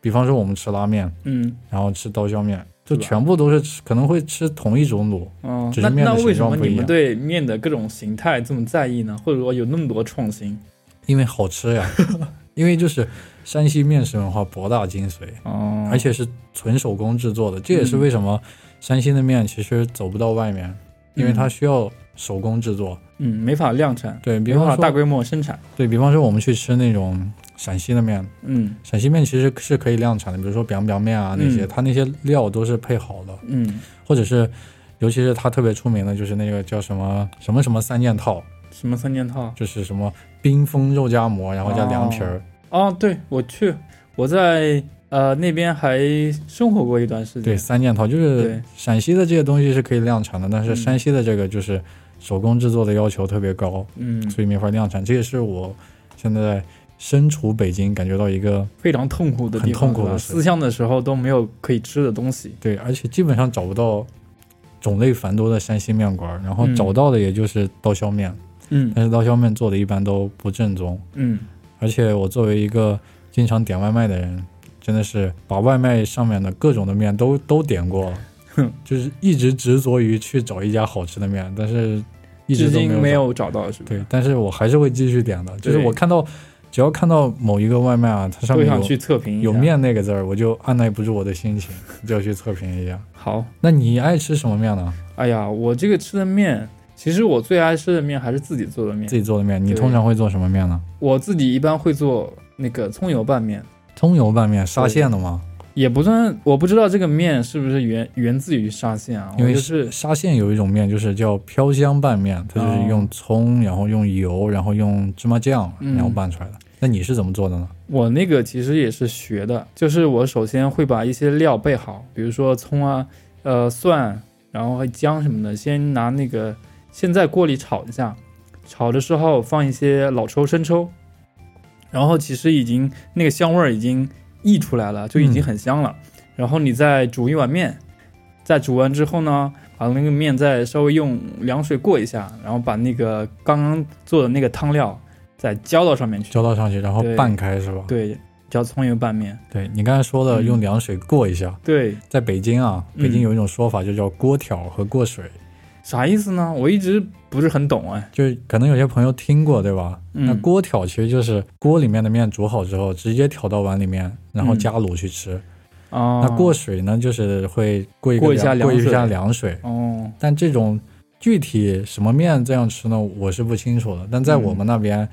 Speaker 1: 比方说我们吃拉面，
Speaker 2: 嗯
Speaker 1: 然后吃刀削面，就是
Speaker 2: 吧
Speaker 1: 全部都是吃，可能会吃同一种卤。
Speaker 2: 嗯，
Speaker 1: 只是
Speaker 2: 那
Speaker 1: 面的
Speaker 2: 那为
Speaker 1: 形
Speaker 2: 什
Speaker 1: 状
Speaker 2: 么
Speaker 1: 不一
Speaker 2: 你们
Speaker 1: 样
Speaker 2: 对面的各种形态这么在意呢？或者说有那么多创新？
Speaker 1: 因为好吃 呀，因为就是山西面食文化博大精髓，
Speaker 2: 哦，
Speaker 1: 而且是纯手工制作的，这也是
Speaker 2: 嗯
Speaker 1: 为什么山西的面其实走不到外面，因为它需要手工制作。
Speaker 2: 嗯，没法量产，
Speaker 1: 对比
Speaker 2: 没法
Speaker 1: 方
Speaker 2: 大
Speaker 1: 说，
Speaker 2: 规模生产。
Speaker 1: 对比方说我们去吃那种陕西的面，
Speaker 2: 嗯
Speaker 1: 陕西面其实是可以量产的，比如说 biang biang 面啊那些，
Speaker 2: 嗯
Speaker 1: 它那些料都是配好的，
Speaker 2: 嗯，
Speaker 1: 或者是。尤其是它特别出名的，就是那个叫什么什么什么三件套，
Speaker 2: 什么三件套？
Speaker 1: 就是什么冰封肉夹馍，然后加凉皮儿、
Speaker 2: 哦，对我去，我在呃那边还生活过一段时间。
Speaker 1: 对，三件套就是
Speaker 2: 对
Speaker 1: 陕西的这些东西是可以量产的，但是
Speaker 2: 嗯
Speaker 1: 山西的这个就是手工制作的要求特别高，
Speaker 2: 嗯，
Speaker 1: 所以没法量产。这也是我现在身处北京感觉到一个
Speaker 2: 非常痛苦的地
Speaker 1: 很痛
Speaker 2: 方，
Speaker 1: 苦的
Speaker 2: 是吧
Speaker 1: 事
Speaker 2: 思乡的时候都没有可以吃的东西。
Speaker 1: 对，而且基本上找不到种类繁多的山西面馆儿，然后
Speaker 2: 嗯
Speaker 1: 找到的也就是刀削面，
Speaker 2: 嗯
Speaker 1: 但是刀削面做的一般都不正宗，
Speaker 2: 嗯，
Speaker 1: 而且我作为一个经常点外卖的人，真的是把外卖上面的各种的面都都点过了
Speaker 2: 哼，
Speaker 1: 就是一直执着于去找一家好吃的面，但是一直
Speaker 2: 至
Speaker 1: 都
Speaker 2: 今
Speaker 1: 没
Speaker 2: 没
Speaker 1: 有
Speaker 2: 有找到，是
Speaker 1: 找。
Speaker 2: 吧？
Speaker 1: 对，但是我还是会继续点的，就是
Speaker 2: 对
Speaker 1: 我看到，只要看到某一个外卖啊，它上
Speaker 2: 都
Speaker 1: 面
Speaker 2: 想去
Speaker 1: 有
Speaker 2: 测评一下。
Speaker 1: 有面那个字儿，我就按耐不住我的心情，就要去测评一下。
Speaker 2: 好，
Speaker 1: 那你爱吃什么面呢？
Speaker 2: 哎呀，我这个吃的面，其实我最爱吃的面还是自己做的面
Speaker 1: 自。己做的面，你
Speaker 2: 对
Speaker 1: 通常会做什么面呢？
Speaker 2: 我自己一般会做那个葱油拌面，
Speaker 1: 葱油拌面，沙县的吗？
Speaker 2: 也不算，我不知道这个面是不是源源自于沙县啊，
Speaker 1: 因为
Speaker 2: 我就是哦
Speaker 1: 沙县有一种面，就是叫飘香拌面，它就是用葱，然后用油，然后用芝麻酱，
Speaker 2: 嗯
Speaker 1: 然后拌出来的。那你是怎么做的呢？
Speaker 2: 我那个其实也是学的，就是我首先会把一些料备好，比如说葱啊、呃蒜，然后还姜什么的，先拿那个先在锅里炒一下，炒的时候放一些老抽、生抽，然后其实已经那个香味儿已经溢出来了，就已经
Speaker 1: 嗯
Speaker 2: 很香了。然后你再煮一碗面，再煮完之后呢，把那个面再稍微用凉水过一下，然后把那个刚刚做的那个汤料再浇到上面去。
Speaker 1: 浇到上去，然后
Speaker 2: 对
Speaker 1: 拌开是吧？
Speaker 2: 对，叫葱油拌面。
Speaker 1: 对，你刚才说的
Speaker 2: 嗯
Speaker 1: 用凉水过一下，
Speaker 2: 对，
Speaker 1: 在北京啊，
Speaker 2: 嗯
Speaker 1: 北京有一种说法就叫锅挑和过水，
Speaker 2: 啥意思呢？我一直不是很懂哎。
Speaker 1: 就是可能有些朋友听过对吧？
Speaker 2: 嗯
Speaker 1: 那锅挑其实就是锅里面的面煮好之后，直接挑到碗里面，然后
Speaker 2: 嗯
Speaker 1: 加卤去吃。
Speaker 2: 啊，
Speaker 1: 那过水呢，就是会过一个
Speaker 2: 过一下
Speaker 1: 凉过
Speaker 2: 凉
Speaker 1: 一
Speaker 2: 水
Speaker 1: 下凉水，
Speaker 2: 哦，
Speaker 1: 但这种具体什么面这样吃呢，我是不清楚的。但在
Speaker 2: 嗯
Speaker 1: 我们那边，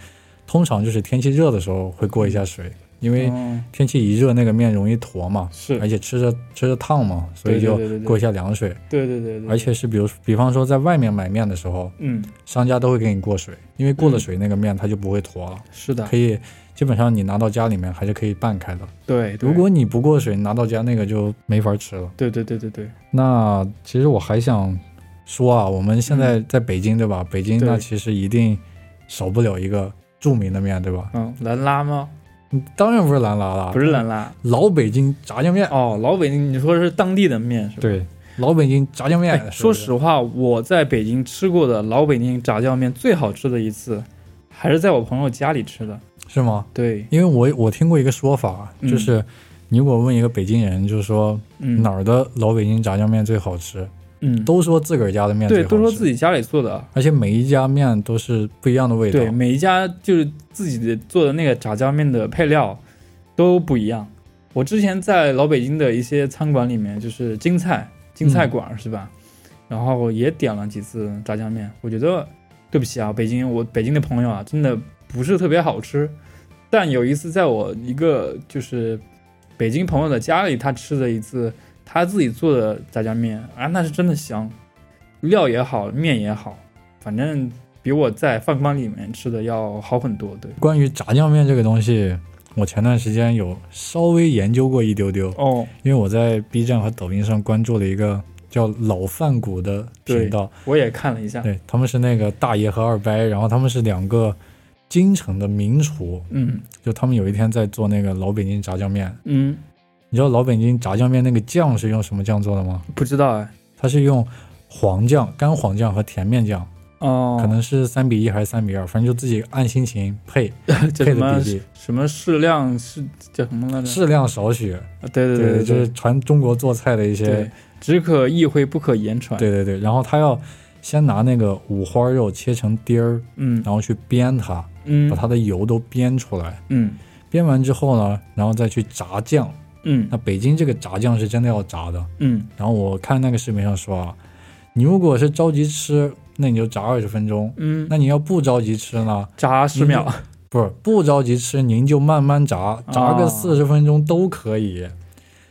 Speaker 1: 通常就是天气热的时候会过一下水，因为
Speaker 2: 哦
Speaker 1: 天气一热，那个面容易坨嘛，
Speaker 2: 是
Speaker 1: 而且吃着吃着烫嘛，所以
Speaker 2: 对对
Speaker 1: 就
Speaker 2: 对嗯对对
Speaker 1: 过一下凉水。
Speaker 2: 对对对对，
Speaker 1: 而且是比如比方说在外面买面的时候，
Speaker 2: 嗯，
Speaker 1: 商家都会给你过水，因为过了水那个面它就不会坨了，
Speaker 2: 是的
Speaker 1: 可，以基本上你拿到家里面还是可以拌开的。
Speaker 2: 对，对
Speaker 1: 如果你不过水，你拿到家那个就没法吃了。
Speaker 2: 对对对对对，
Speaker 1: 那其实我还想说啊，我们现在在北京，对吧？北京
Speaker 2: 嗯对
Speaker 1: 那其实一定少不了一个著名的面，对吧？
Speaker 2: 嗯，兰拉吗？
Speaker 1: 嗯当然不是兰拉啦，
Speaker 2: 不是兰拉
Speaker 1: 老北京炸酱面。
Speaker 2: 哦，老北京，你说是当地的面是吧？
Speaker 1: 对，老北京炸酱面。
Speaker 2: 哎，说
Speaker 1: 是
Speaker 2: 实话，我在北京吃过的老北京炸酱面最好吃的一次，还是在我朋友家里吃的。
Speaker 1: 是吗？
Speaker 2: 对，
Speaker 1: 因为我我听过一个说法，
Speaker 2: 嗯
Speaker 1: 就是你如果问一个北京人，就是说
Speaker 2: 嗯，
Speaker 1: 哪儿的老北京炸酱面最好吃，
Speaker 2: 嗯，
Speaker 1: 都说自个儿家的面最
Speaker 2: 对，
Speaker 1: 好吃，
Speaker 2: 都说自己家里做的。啊
Speaker 1: 而且每一家面都是不一样的味道。
Speaker 2: 对，每一家就是自己的做的那个炸酱面的配料都不一样。我之前在老北京的一些餐馆里面，就是京菜京菜馆、是吧？然后也点了几次炸酱面，我觉得对不起啊，北京我北京的朋友啊，真的不是特别好吃。但有一次在我一个就是北京朋友的家里，他吃了一次他自己做的炸酱面啊，那是真的香，料也好，面也好，反正比我在饭馆里面吃的要好很多。对，
Speaker 1: 关于炸酱面这个东西，我前段时间有稍微研究过一丢丢，
Speaker 2: 哦，
Speaker 1: 因为我在 B 站和抖音上关注了一个叫老饭骨的频道，
Speaker 2: 我也看了一下，
Speaker 1: 对他们是那个大爷和二伯，然后他们是两个京城的名厨，
Speaker 2: 嗯
Speaker 1: 就他们有一天在做那个老北京炸酱面。
Speaker 2: 嗯，
Speaker 1: 你知道老北京炸酱面那个酱是用什么酱做的吗？
Speaker 2: 不知道哎，
Speaker 1: 它是用黄酱、干黄酱和甜面酱，
Speaker 2: 哦，
Speaker 1: 可能是三比一还是三比二，反正就自己按心情配
Speaker 2: 叫
Speaker 1: 配的
Speaker 2: 什么
Speaker 1: 比例，
Speaker 2: 什么适量是叫什么来着？
Speaker 1: 适量少许。
Speaker 2: 啊对对对，
Speaker 1: 就是传中国做菜的一些，
Speaker 2: 对，只可意会不可言传。，
Speaker 1: 对对对。然后他要先拿那个五花肉切成丁儿，
Speaker 2: 嗯
Speaker 1: 然后去煸它，把
Speaker 2: 嗯
Speaker 1: 它的油都煸出来。
Speaker 2: 嗯
Speaker 1: 煸完之后呢，然后再去炸酱。
Speaker 2: 嗯
Speaker 1: 那北京这个炸酱是真的要炸的。
Speaker 2: 嗯，
Speaker 1: 然后我看那个视频上说啊，你如果是着急吃，那你就炸二十分钟；
Speaker 2: 嗯，
Speaker 1: 那你要不着急吃呢，
Speaker 2: 炸十秒，
Speaker 1: 不是不着急吃，您就慢慢炸，炸个
Speaker 2: 哦
Speaker 1: 四十分钟都可以，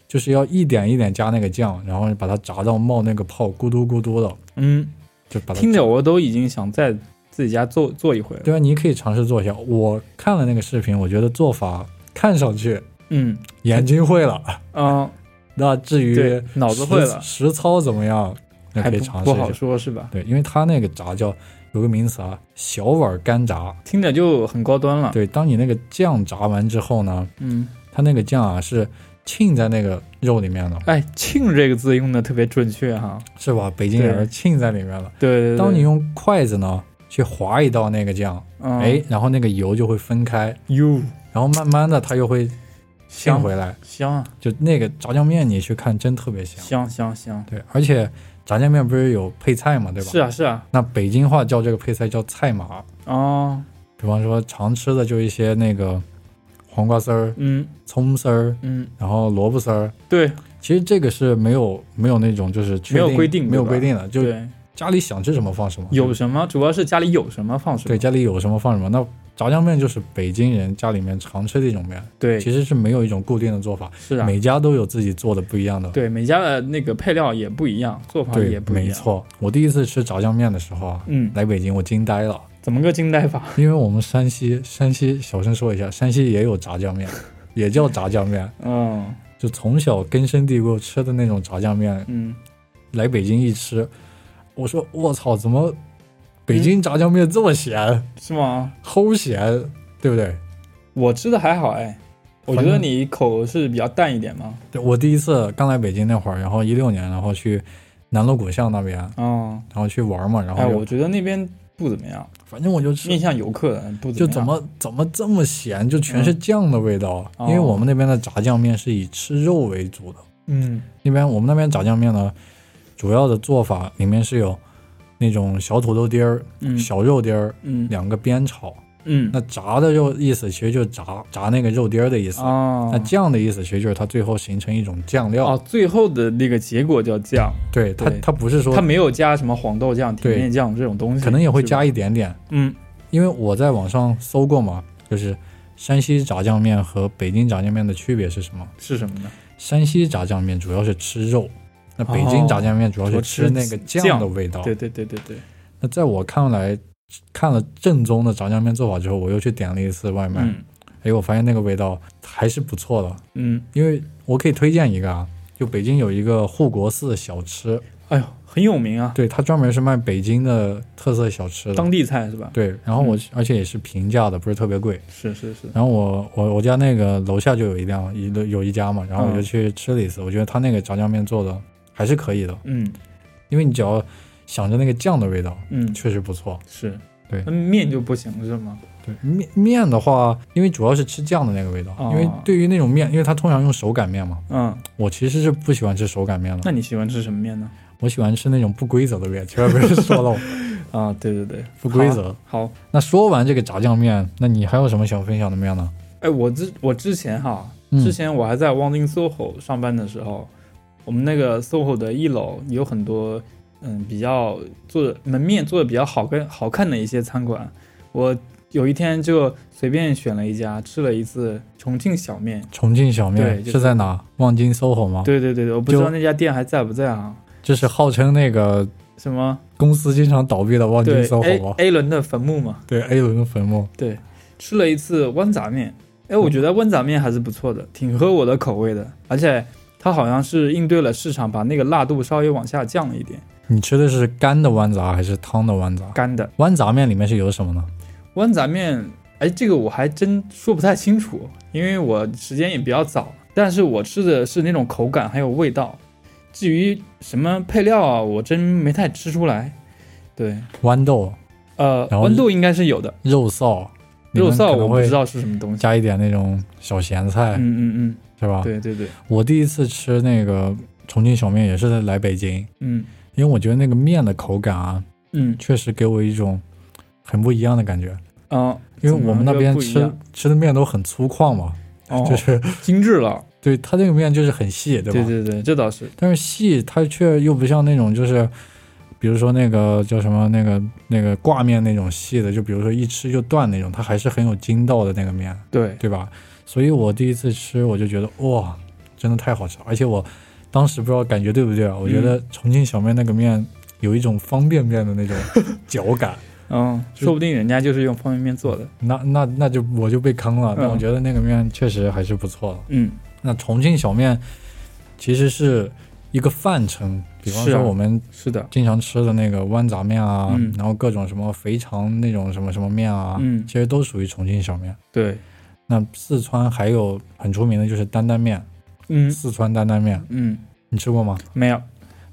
Speaker 1: 就是要一点一点加那个酱，然后把它炸到冒那个泡，咕嘟咕嘟的，
Speaker 2: 嗯，
Speaker 1: 就把它
Speaker 2: 听着我都已经想在自己家做做一回了。
Speaker 1: 对啊，你可以尝试做一下。我看了那个视频，我觉得做法看上去
Speaker 2: 嗯
Speaker 1: 眼睛会了，
Speaker 2: 嗯，
Speaker 1: 那至于
Speaker 2: 对，脑子会了，
Speaker 1: 实实操怎么样，那
Speaker 2: 还
Speaker 1: 可以
Speaker 2: 不
Speaker 1: 尝试
Speaker 2: 不
Speaker 1: 一
Speaker 2: 好
Speaker 1: 下。
Speaker 2: 说是吧？
Speaker 1: 对，因为它那个炸叫有个名词啊，小碗干炸。
Speaker 2: 听着就很高端了。
Speaker 1: 对，当你那个酱炸完之后呢，
Speaker 2: 嗯，
Speaker 1: 它那个酱啊是浸在那个肉里面的，
Speaker 2: 哎，“庆”这个字用的特别准确哈。
Speaker 1: 是吧？北京人
Speaker 2: 对
Speaker 1: 浸在里面了。
Speaker 2: 对对对，
Speaker 1: 当你用筷子呢去划一道那个酱，
Speaker 2: 嗯
Speaker 1: 哎、然后那个油就会分开，
Speaker 2: 哟
Speaker 1: 然后慢慢的它又会浸
Speaker 2: 香
Speaker 1: 回来。
Speaker 2: 香啊
Speaker 1: 就那个炸酱面，你去看真特别香。
Speaker 2: 香香香，
Speaker 1: 对，而且炸酱面不是有配菜嘛，对吧？
Speaker 2: 是。啊是啊，
Speaker 1: 那北京话叫这个配菜叫菜码，
Speaker 2: 哦
Speaker 1: 比方说常吃的就一些那个黄瓜丝儿、
Speaker 2: 嗯
Speaker 1: 葱丝儿，
Speaker 2: 嗯，
Speaker 1: 然后萝卜丝儿。
Speaker 2: 对
Speaker 1: 其实这个是没有没有那种就是确
Speaker 2: 没有规定对吧
Speaker 1: 没有规定的，就
Speaker 2: 对，
Speaker 1: 家里想吃什么放什么。
Speaker 2: 有什么主要是家里有什么放什
Speaker 1: 对
Speaker 2: 么，
Speaker 1: 家里有什么放什么。那炸酱面就是北京人家里面常吃的一种面，
Speaker 2: 对
Speaker 1: 其实是没有一种固定的做法，
Speaker 2: 是啊，
Speaker 1: 每家都有自己做的不一样的。
Speaker 2: 对每家的那个配料也不一样，做法
Speaker 1: 对
Speaker 2: 也不一
Speaker 1: 没
Speaker 2: 样，
Speaker 1: 错。我第一次吃炸酱面的时候啊，
Speaker 2: 嗯，
Speaker 1: 来北京我惊呆了，
Speaker 2: 怎么个惊呆法？
Speaker 1: 因为我们山西山西小声说一下，山西也有炸酱 面，也叫炸酱面，
Speaker 2: 嗯
Speaker 1: 就从小根深蒂固吃的那种炸酱面，
Speaker 2: 嗯，
Speaker 1: 来北京一吃，我说我操，怎么北
Speaker 2: 嗯
Speaker 1: 京炸酱面这么咸，
Speaker 2: 是吗？
Speaker 1: 齁咸，对不对？
Speaker 2: 我吃的还好哎，我觉
Speaker 1: 反
Speaker 2: 得
Speaker 1: 正
Speaker 2: 你口是比较淡一点嘛，
Speaker 1: 对我第一次刚来北京那会儿，然后一六年，然后去南锣鼓巷那边，
Speaker 2: 哦，
Speaker 1: 然后去玩嘛，然
Speaker 2: 哎，
Speaker 1: 后就、
Speaker 2: 我觉得那边不怎么样，
Speaker 1: 反正我就吃
Speaker 2: 面向游客的不
Speaker 1: 就
Speaker 2: 怎
Speaker 1: 怎
Speaker 2: 么样嗯
Speaker 1: 么怎么这么咸，就全是酱的味道。啊
Speaker 2: 哦
Speaker 1: 因为我们那边的炸酱面是以吃肉为主的，
Speaker 2: 嗯
Speaker 1: 那边我们那边炸酱面呢，主要的做法里面是有那种小土豆丁儿、
Speaker 2: 嗯
Speaker 1: 小肉丁儿
Speaker 2: 嗯
Speaker 1: 两个煸炒。
Speaker 2: 嗯
Speaker 1: 那炸的肉意思其实就是炸炸那个肉丁儿的意思。
Speaker 2: 哦
Speaker 1: 那酱的意思其实就是它最后形成一种酱料，
Speaker 2: 哦，最后的那个结果叫酱，
Speaker 1: 对它
Speaker 2: 对
Speaker 1: 它不是说
Speaker 2: 它没有加什么黄豆酱、甜
Speaker 1: 对
Speaker 2: 面酱这种东西，
Speaker 1: 可能也会
Speaker 2: 是吧
Speaker 1: 加。一点点，
Speaker 2: 嗯
Speaker 1: 因为我在网上搜过嘛，就是山西炸酱面和北京炸酱面的区别是什么？
Speaker 2: 是什么呢？
Speaker 1: 山西炸酱面主要是吃肉，那北京
Speaker 2: 哦
Speaker 1: 炸酱面主要是
Speaker 2: 我
Speaker 1: 吃
Speaker 2: 吃
Speaker 1: 那个酱的味道。
Speaker 2: 对对对对对，
Speaker 1: 那在我看来，看了正宗的炸酱面做法之后，我又去点了一次外卖，
Speaker 2: 嗯
Speaker 1: 哎，我发现那个味道还是不错的。
Speaker 2: 嗯，
Speaker 1: 因为我可以推荐一个啊，就北京有一个护国寺小吃，
Speaker 2: 哎呦，很有名啊，
Speaker 1: 对，它专门是卖北京的特色小吃的。
Speaker 2: 当嗯地菜是吧？
Speaker 1: 对，然后我、而且也是平价的，不是特别贵。
Speaker 2: 是是是，
Speaker 1: 然后我我我家那个楼下就有一辆一个有一家嘛，然后我就
Speaker 2: 嗯
Speaker 1: 去吃了一次，我觉得他那个炸酱面做的还是可以的，
Speaker 2: 嗯
Speaker 1: 因为你只要想着那个酱的味道，
Speaker 2: 嗯，
Speaker 1: 确实不错。
Speaker 2: 是，
Speaker 1: 对
Speaker 2: 那面就不行是吗？
Speaker 1: 对面面的话，因为主要是吃酱的那个味道，
Speaker 2: 哦
Speaker 1: 因为对于那种面，因为它通常用手擀面嘛，
Speaker 2: 嗯，
Speaker 1: 我其实是不喜欢吃手擀面的，
Speaker 2: 那你喜欢吃什么面呢？
Speaker 1: 我喜欢吃那种不规则的面，千万不要说 漏，
Speaker 2: 啊，对对对，
Speaker 1: 不规则。
Speaker 2: 好。啊
Speaker 1: 那说完这个炸酱面，那你还有什么想分享的面呢？
Speaker 2: 哎，我之我之前哈，
Speaker 1: 嗯
Speaker 2: 之前我还在望京 SOHO 上班的时候，我们那个 SOHO 的一楼有很多嗯比较做的门面做的比较好跟好看的一些餐馆，我有一天就随便选了一家吃了一次重庆小面。
Speaker 1: 重庆小面
Speaker 2: 对就是
Speaker 1: 是在哪？望京 SOHO 吗？，
Speaker 2: 对对对对，我不知
Speaker 1: 就
Speaker 2: 道那家店还在不在啊？
Speaker 1: 就是号称那个
Speaker 2: 什么？
Speaker 1: 公司经常倒闭的望京
Speaker 2: 对哎
Speaker 1: SOHO
Speaker 2: ，A
Speaker 1: 吗？
Speaker 2: A 轮的坟墓嘛，
Speaker 1: 对 A 轮坟墓，
Speaker 2: 吃了一次豌杂面。哎，我觉得豌杂面还是不错的，挺合我的口味的，而且它好像是应对了市场，把那个辣度稍微往下降了一点。
Speaker 1: 你吃的是干的豌杂还是汤的豌杂？
Speaker 2: 干的
Speaker 1: 豌杂面里面是有什么呢？
Speaker 2: 豌杂面，哎，这个我还真说不太清楚，因为我时间也比较早。但是我吃的是那种口感还有味道，至于什么配料啊，我真没太吃出来。对，
Speaker 1: 豌豆、
Speaker 2: 呃，
Speaker 1: 然后
Speaker 2: 豌豆应该是有的，
Speaker 1: 肉臊，里
Speaker 2: 肉
Speaker 1: 面
Speaker 2: 臊
Speaker 1: 可能
Speaker 2: 我不
Speaker 1: 会哎
Speaker 2: 知道是什么东西。
Speaker 1: 加一点那种小咸菜，
Speaker 2: 嗯嗯
Speaker 1: 是吧
Speaker 2: 嗯，？对对对，
Speaker 1: 我第一次吃那个重庆小面也是来北京，
Speaker 2: 嗯
Speaker 1: 因为我觉得那个面的口感啊，
Speaker 2: 嗯
Speaker 1: 确实给我一种很不一样的感觉。
Speaker 2: 啊，
Speaker 1: 因为
Speaker 2: 怎么
Speaker 1: 我们那
Speaker 2: 个
Speaker 1: 边
Speaker 2: 不一
Speaker 1: 吃
Speaker 2: 样
Speaker 1: 吃的面都很粗犷嘛，
Speaker 2: 哦，
Speaker 1: 就是
Speaker 2: 精致了，
Speaker 1: 对它这个面就是很细，对吧？
Speaker 2: 对对对，这倒是，
Speaker 1: 但是细它却又不像那种就是，比如说那个叫什么那个那个挂面那种细的，就比如说一吃就断那种，它还是很有筋道的那个面，
Speaker 2: 对，
Speaker 1: 对吧？所以我第一次吃我就觉得哇，真的太好吃了，而且我当时不知道感觉对不对啊，我觉得重庆小面那个面有一种方便面的那种嚼感。
Speaker 2: 嗯，
Speaker 1: 就
Speaker 2: 说不定人家就是用方便面做的，
Speaker 1: 那那那就我就被坑了，但
Speaker 2: 嗯
Speaker 1: 我觉得那个面确实还是不错的。
Speaker 2: 嗯，
Speaker 1: 那重庆小面其实是一个泛称，比方
Speaker 2: 是啊
Speaker 1: 说我们
Speaker 2: 是的，
Speaker 1: 经常吃的那个豌杂面啊，
Speaker 2: 嗯
Speaker 1: 然后各种什么肥肠那种什么什么面啊，
Speaker 2: 嗯
Speaker 1: 其实都属于重庆小面。
Speaker 2: 对，
Speaker 1: 那四川还有很出名的就是担担面，
Speaker 2: 嗯
Speaker 1: 四川担担面，
Speaker 2: 嗯，
Speaker 1: 你吃过吗？
Speaker 2: 没有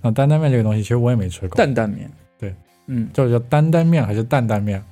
Speaker 1: 那担担面这个东西，其实我也没吃过，
Speaker 2: 担担面，
Speaker 1: 对，
Speaker 2: 嗯，
Speaker 1: 叫叫担担面还是担担面？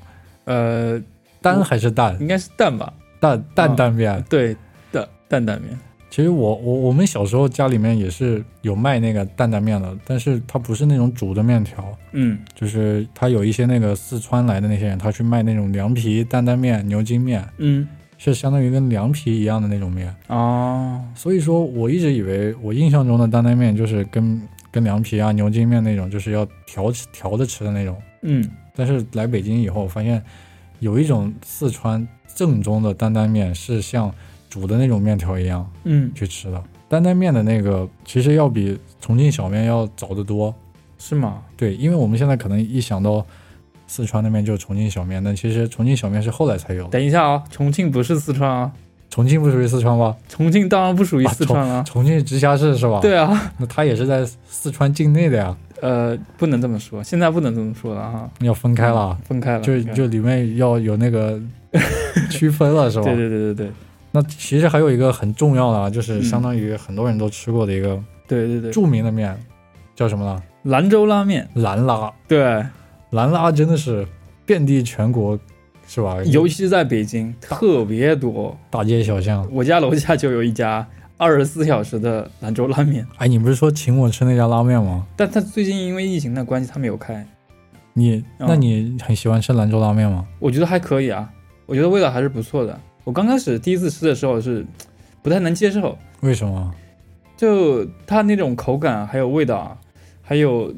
Speaker 2: 呃，
Speaker 1: 担
Speaker 2: 我嗯
Speaker 1: 还是担？
Speaker 2: 应该是蛋吧，
Speaker 1: 担担担面。
Speaker 2: 对的，担担面，
Speaker 1: 其实我我我们小时候家里面也是有卖那个担担面的，但是它不是那种煮的面条，
Speaker 2: 嗯
Speaker 1: 就是它有一些那个四川来的那些人，他去卖那种凉皮担担面、牛筋面，
Speaker 2: 嗯，
Speaker 1: 是相当于跟凉皮一样的那种面。
Speaker 2: 哦，
Speaker 1: 所以说我一直以为我印象中的担担面就是跟跟凉皮啊、牛筋面那种，就是要调吃调着吃的那种。
Speaker 2: 嗯，
Speaker 1: 但是来北京以后，我发现有一种四川正宗的担担面是像煮的那种面条一样
Speaker 2: 嗯，
Speaker 1: 去吃的。担担面的那个其实要比重庆小面要早得多，
Speaker 2: 是吗？
Speaker 1: 对，因为我们现在可能一想到四川那边就是重庆小面，但其实重庆小面是后来才有的。
Speaker 2: 等一下啊，重庆不是四川啊，
Speaker 1: 重庆不属于四川吧？
Speaker 2: 重庆当然不属于四川了，
Speaker 1: 啊重庆直辖市是吧？，
Speaker 2: 对啊，
Speaker 1: 那它也是在四川境内的呀，
Speaker 2: 呃，不能这么说，现在不能这么说了啊，
Speaker 1: 要分开了，
Speaker 2: 分开了，
Speaker 1: 就
Speaker 2: 分开了
Speaker 1: 就里面要有那个 区分了是吧？
Speaker 2: 对对对对对
Speaker 1: 那其实还有一个很重要的啊，就是
Speaker 2: 嗯
Speaker 1: 相当于很多人都吃过的一个
Speaker 2: 对对对，
Speaker 1: 著名的面，叫什么呢？
Speaker 2: 兰州拉面，哎
Speaker 1: 兰拉，
Speaker 2: 对，
Speaker 1: 兰拉真的是遍地全国，是吧？
Speaker 2: 尤其是在北京特别多，
Speaker 1: 大街小巷。
Speaker 2: 我家楼下就有一家二十四小时的兰州拉面，
Speaker 1: 哎，你不是说请我吃那家拉面吗？
Speaker 2: 但它最近因为疫情的关系，它没有开，
Speaker 1: 你
Speaker 2: 嗯
Speaker 1: 那你很喜欢吃兰州拉面吗？
Speaker 2: 我觉得还可以啊，我觉得味道还是不错的。我刚开始第一次吃的时候是不太能接受，
Speaker 1: 为什么？
Speaker 2: 就它那种口感还有味道啊，还有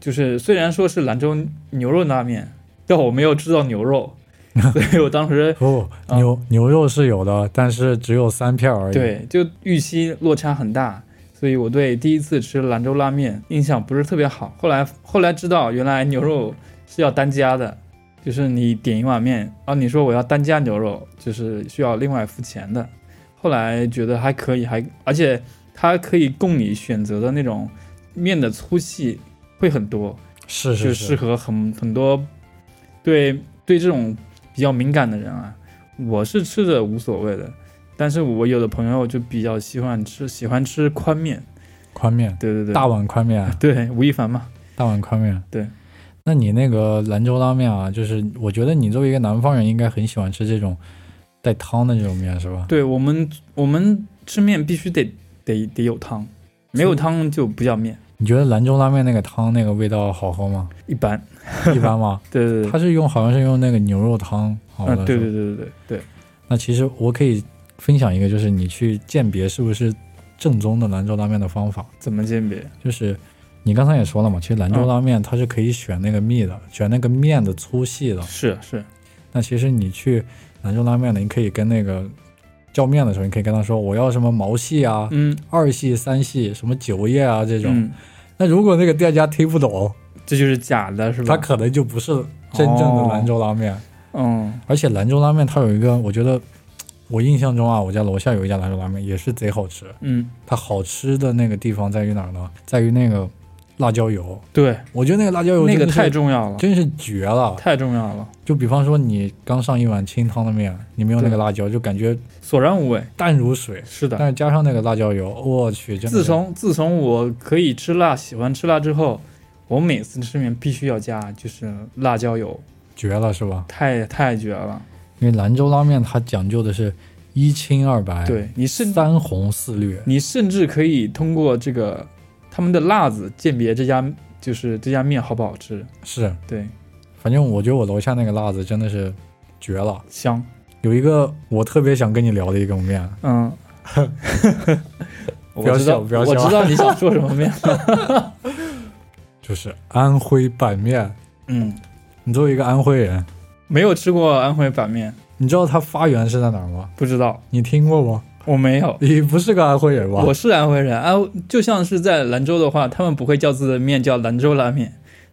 Speaker 2: 就是虽然说是兰州牛肉拉面，但我没有吃到牛肉， 所以我当时
Speaker 1: 不，
Speaker 2: 啊
Speaker 1: 哦牛、牛肉是有的，但是只有三片而已。，
Speaker 2: 对，就预期落差很大，所以我对第一次吃兰州拉面印象不是特别好。后来后来知道，原来牛肉是要单加的，就是你点一碗面啊，你说我要单加牛肉，就是需要另外付钱的。后来觉得还可以，还而且它可以供你选择的那种面的粗细会很多，
Speaker 1: 是
Speaker 2: 就是适合很很多对对这种比较敏感的人啊。我是吃的无所谓的，但是我有的朋友就比较喜欢吃喜欢吃宽面，
Speaker 1: 宽面，
Speaker 2: 对对对，
Speaker 1: 大碗宽面啊，
Speaker 2: 对吴亦凡嘛，
Speaker 1: 大碗宽面。
Speaker 2: 对，
Speaker 1: 那你那个兰州拉面啊，就是我觉得你作为一个南方人，应该很喜欢吃这种带汤的这种面，是吧？
Speaker 2: 对我们我们吃面必须得得得有汤，没有汤就不叫面，
Speaker 1: 你觉得兰州拉面那个汤那个味道好喝吗？
Speaker 2: 一般，
Speaker 1: 一般吗？
Speaker 2: 对对对，
Speaker 1: 它是用好像是用那个牛肉汤熬的、
Speaker 2: 嗯，对
Speaker 1: 是吧
Speaker 2: 对对对对对。
Speaker 1: 那其实我可以分享一个，就是你去鉴别是不是正宗的兰州拉面的方法，
Speaker 2: 怎么鉴别？
Speaker 1: 就是你刚才也说了嘛，其实兰州
Speaker 2: 嗯
Speaker 1: 拉面它是可以选那个密的，选那个面的粗细的。
Speaker 2: 是
Speaker 1: 啊
Speaker 2: 是，
Speaker 1: 那其实你去兰州拉面呢，你可以跟那个叫面的时候，你可以跟他说我要什么毛细啊、
Speaker 2: 嗯，
Speaker 1: 二细、三细、什么九叶啊这种。
Speaker 2: 嗯，
Speaker 1: 那如果那个店家听不懂，
Speaker 2: 这就是假的，是
Speaker 1: 他
Speaker 2: 吧？
Speaker 1: 可能就不是真正的兰州拉面。
Speaker 2: 嗯，
Speaker 1: 而且兰州拉面它有一个，我觉得我印象中啊，我家楼下有一家兰州拉面也是贼好吃。
Speaker 2: 嗯，
Speaker 1: 它好吃的那个地方在于哪儿呢？在于那个辣椒油。
Speaker 2: 对，
Speaker 1: 哎我觉得那个辣椒油
Speaker 2: 那个
Speaker 1: 真是
Speaker 2: 太重要了，
Speaker 1: 真是绝了。
Speaker 2: 太重要了，
Speaker 1: 就比方说你刚上一碗清汤的面，你没有那个辣椒，就感觉
Speaker 2: 索然无味。
Speaker 1: 淡如水。
Speaker 2: 是的，
Speaker 1: 但是加上那个辣椒油，我去，真的是
Speaker 2: 自从自从我可以吃辣，喜欢吃辣之后，我每次吃面必须要加就是辣椒油，
Speaker 1: 绝了，是吧？
Speaker 2: 太太绝了。
Speaker 1: 因为兰州拉面它讲究的是一清二白，，
Speaker 2: 对你甚
Speaker 1: 三红四绿，
Speaker 2: 你甚至可以通过这个他们的辣子鉴别这家就是这家面好不好吃。
Speaker 1: 是。
Speaker 2: 对，
Speaker 1: 反正我觉得我楼下那个辣子真的是绝了。
Speaker 2: 香，
Speaker 1: 有一个我特别想跟你聊的一个面，
Speaker 2: 嗯。
Speaker 1: 要
Speaker 2: 我知
Speaker 1: 笑
Speaker 2: 道，
Speaker 1: 不要
Speaker 2: 我
Speaker 1: 笑
Speaker 2: 知道你 想说什么面。
Speaker 1: 就是安徽板面。
Speaker 2: 嗯，
Speaker 1: 你作为一个安徽人，
Speaker 2: 没有吃过安徽板面，
Speaker 1: 你知道它发源是在哪儿吗？
Speaker 2: 不知道，
Speaker 1: 你听过吗？
Speaker 2: 我没有。
Speaker 1: 你不是个安徽人吧？
Speaker 2: 我是安徽人，安就像是在兰州的话，他们不会叫自己的面叫兰州拉面，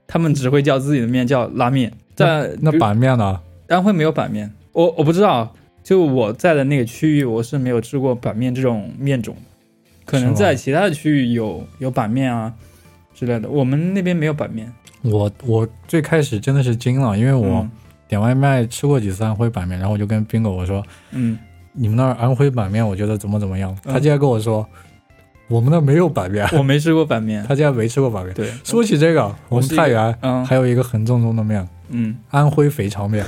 Speaker 2: 他们只会叫自己的面叫拉面。在
Speaker 1: 那
Speaker 2: 比如
Speaker 1: 板面呢？
Speaker 2: 安徽没有板面，我我不知道，就我在的那个区域，我是没有吃过板面这种面种的，可
Speaker 1: 是
Speaker 2: 能
Speaker 1: 吗
Speaker 2: 在其他的区域有有板面啊之类的，我们那边没有板面。
Speaker 1: 我我最开始真的是惊了，因为我
Speaker 2: 嗯
Speaker 1: 点外卖吃过几次安徽板面，然后我就跟冰狗我说，
Speaker 2: 嗯，
Speaker 1: 你们那儿安徽板面，我觉得怎么怎么样。
Speaker 2: 嗯
Speaker 1: 他竟然跟我说，我们那儿没有板面，
Speaker 2: 我没吃过板面。
Speaker 1: 他竟然没吃过板面。
Speaker 2: 对，
Speaker 1: 说起这个，我
Speaker 2: 我
Speaker 1: 们
Speaker 2: 是一个
Speaker 1: 太原
Speaker 2: 嗯
Speaker 1: 还有一个很正宗的面，
Speaker 2: 嗯，
Speaker 1: 安徽肥肠面，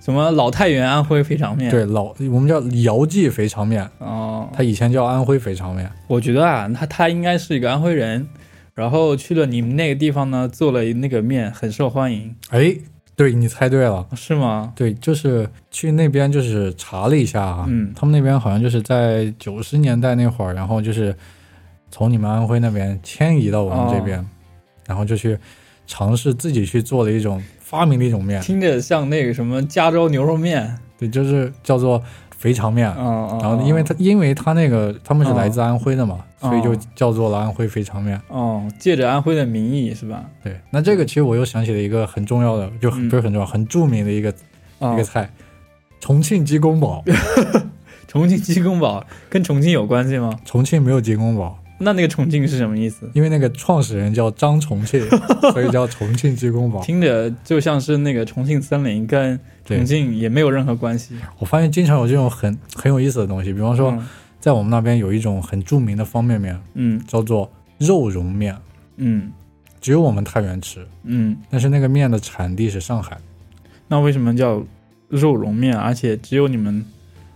Speaker 2: 什么老太原安徽肥肠面？，
Speaker 1: 对老我们叫姚记肥肠面，
Speaker 2: 哦，
Speaker 1: 它以前叫安徽肥肠面。
Speaker 2: 我觉得啊，他他应该是一个安徽人，然后去了你们那个地方呢，做了那个面，很受欢迎，
Speaker 1: 哎，对你猜对了，
Speaker 2: 是吗？
Speaker 1: 对，就是去那边就是查了一下啊，
Speaker 2: 嗯
Speaker 1: 他们那边好像就是在九十年代那会儿，然后就是从你们安徽那边迁移到我们这边，
Speaker 2: 哦
Speaker 1: 然后就去尝试自己去做了一种发明了一种 面，
Speaker 2: 听着像那个什么加州牛肉面，
Speaker 1: 对，就是叫做肥肠面。
Speaker 2: 嗯嗯，
Speaker 1: 然后，啊因为它因为它那个他们是来自安徽的嘛，
Speaker 2: 哦
Speaker 1: 所以就叫做了安徽肥肠面。
Speaker 2: 哦，借着安徽的名义是吧？
Speaker 1: 对，那这个其实我又想起了一个很重要的，就很、
Speaker 2: 嗯
Speaker 1: 不是很重要，很著名的一个、
Speaker 2: 啊、
Speaker 1: 一个菜，重庆鸡公 煲。
Speaker 2: 重庆鸡公煲跟重庆有关系吗？
Speaker 1: 重庆没有鸡公煲，
Speaker 2: 那那个重庆是什么意思？
Speaker 1: 因为那个创始人叫张重 庆，所以叫重庆鸡公煲。
Speaker 2: 听着就像是那个重庆森林跟重
Speaker 1: 对，
Speaker 2: 庆也没有任何关系。
Speaker 1: 我发现经常有这种很很有意思的东西，比方说
Speaker 2: 嗯
Speaker 1: 在我们那边有一种很著名的方便面
Speaker 2: 嗯
Speaker 1: 叫做肉蓉面，
Speaker 2: 嗯
Speaker 1: 只有我们太原吃，
Speaker 2: 嗯，
Speaker 1: 但是那个面的产地是上海。
Speaker 2: 那为什么叫肉蓉面？而且只有你们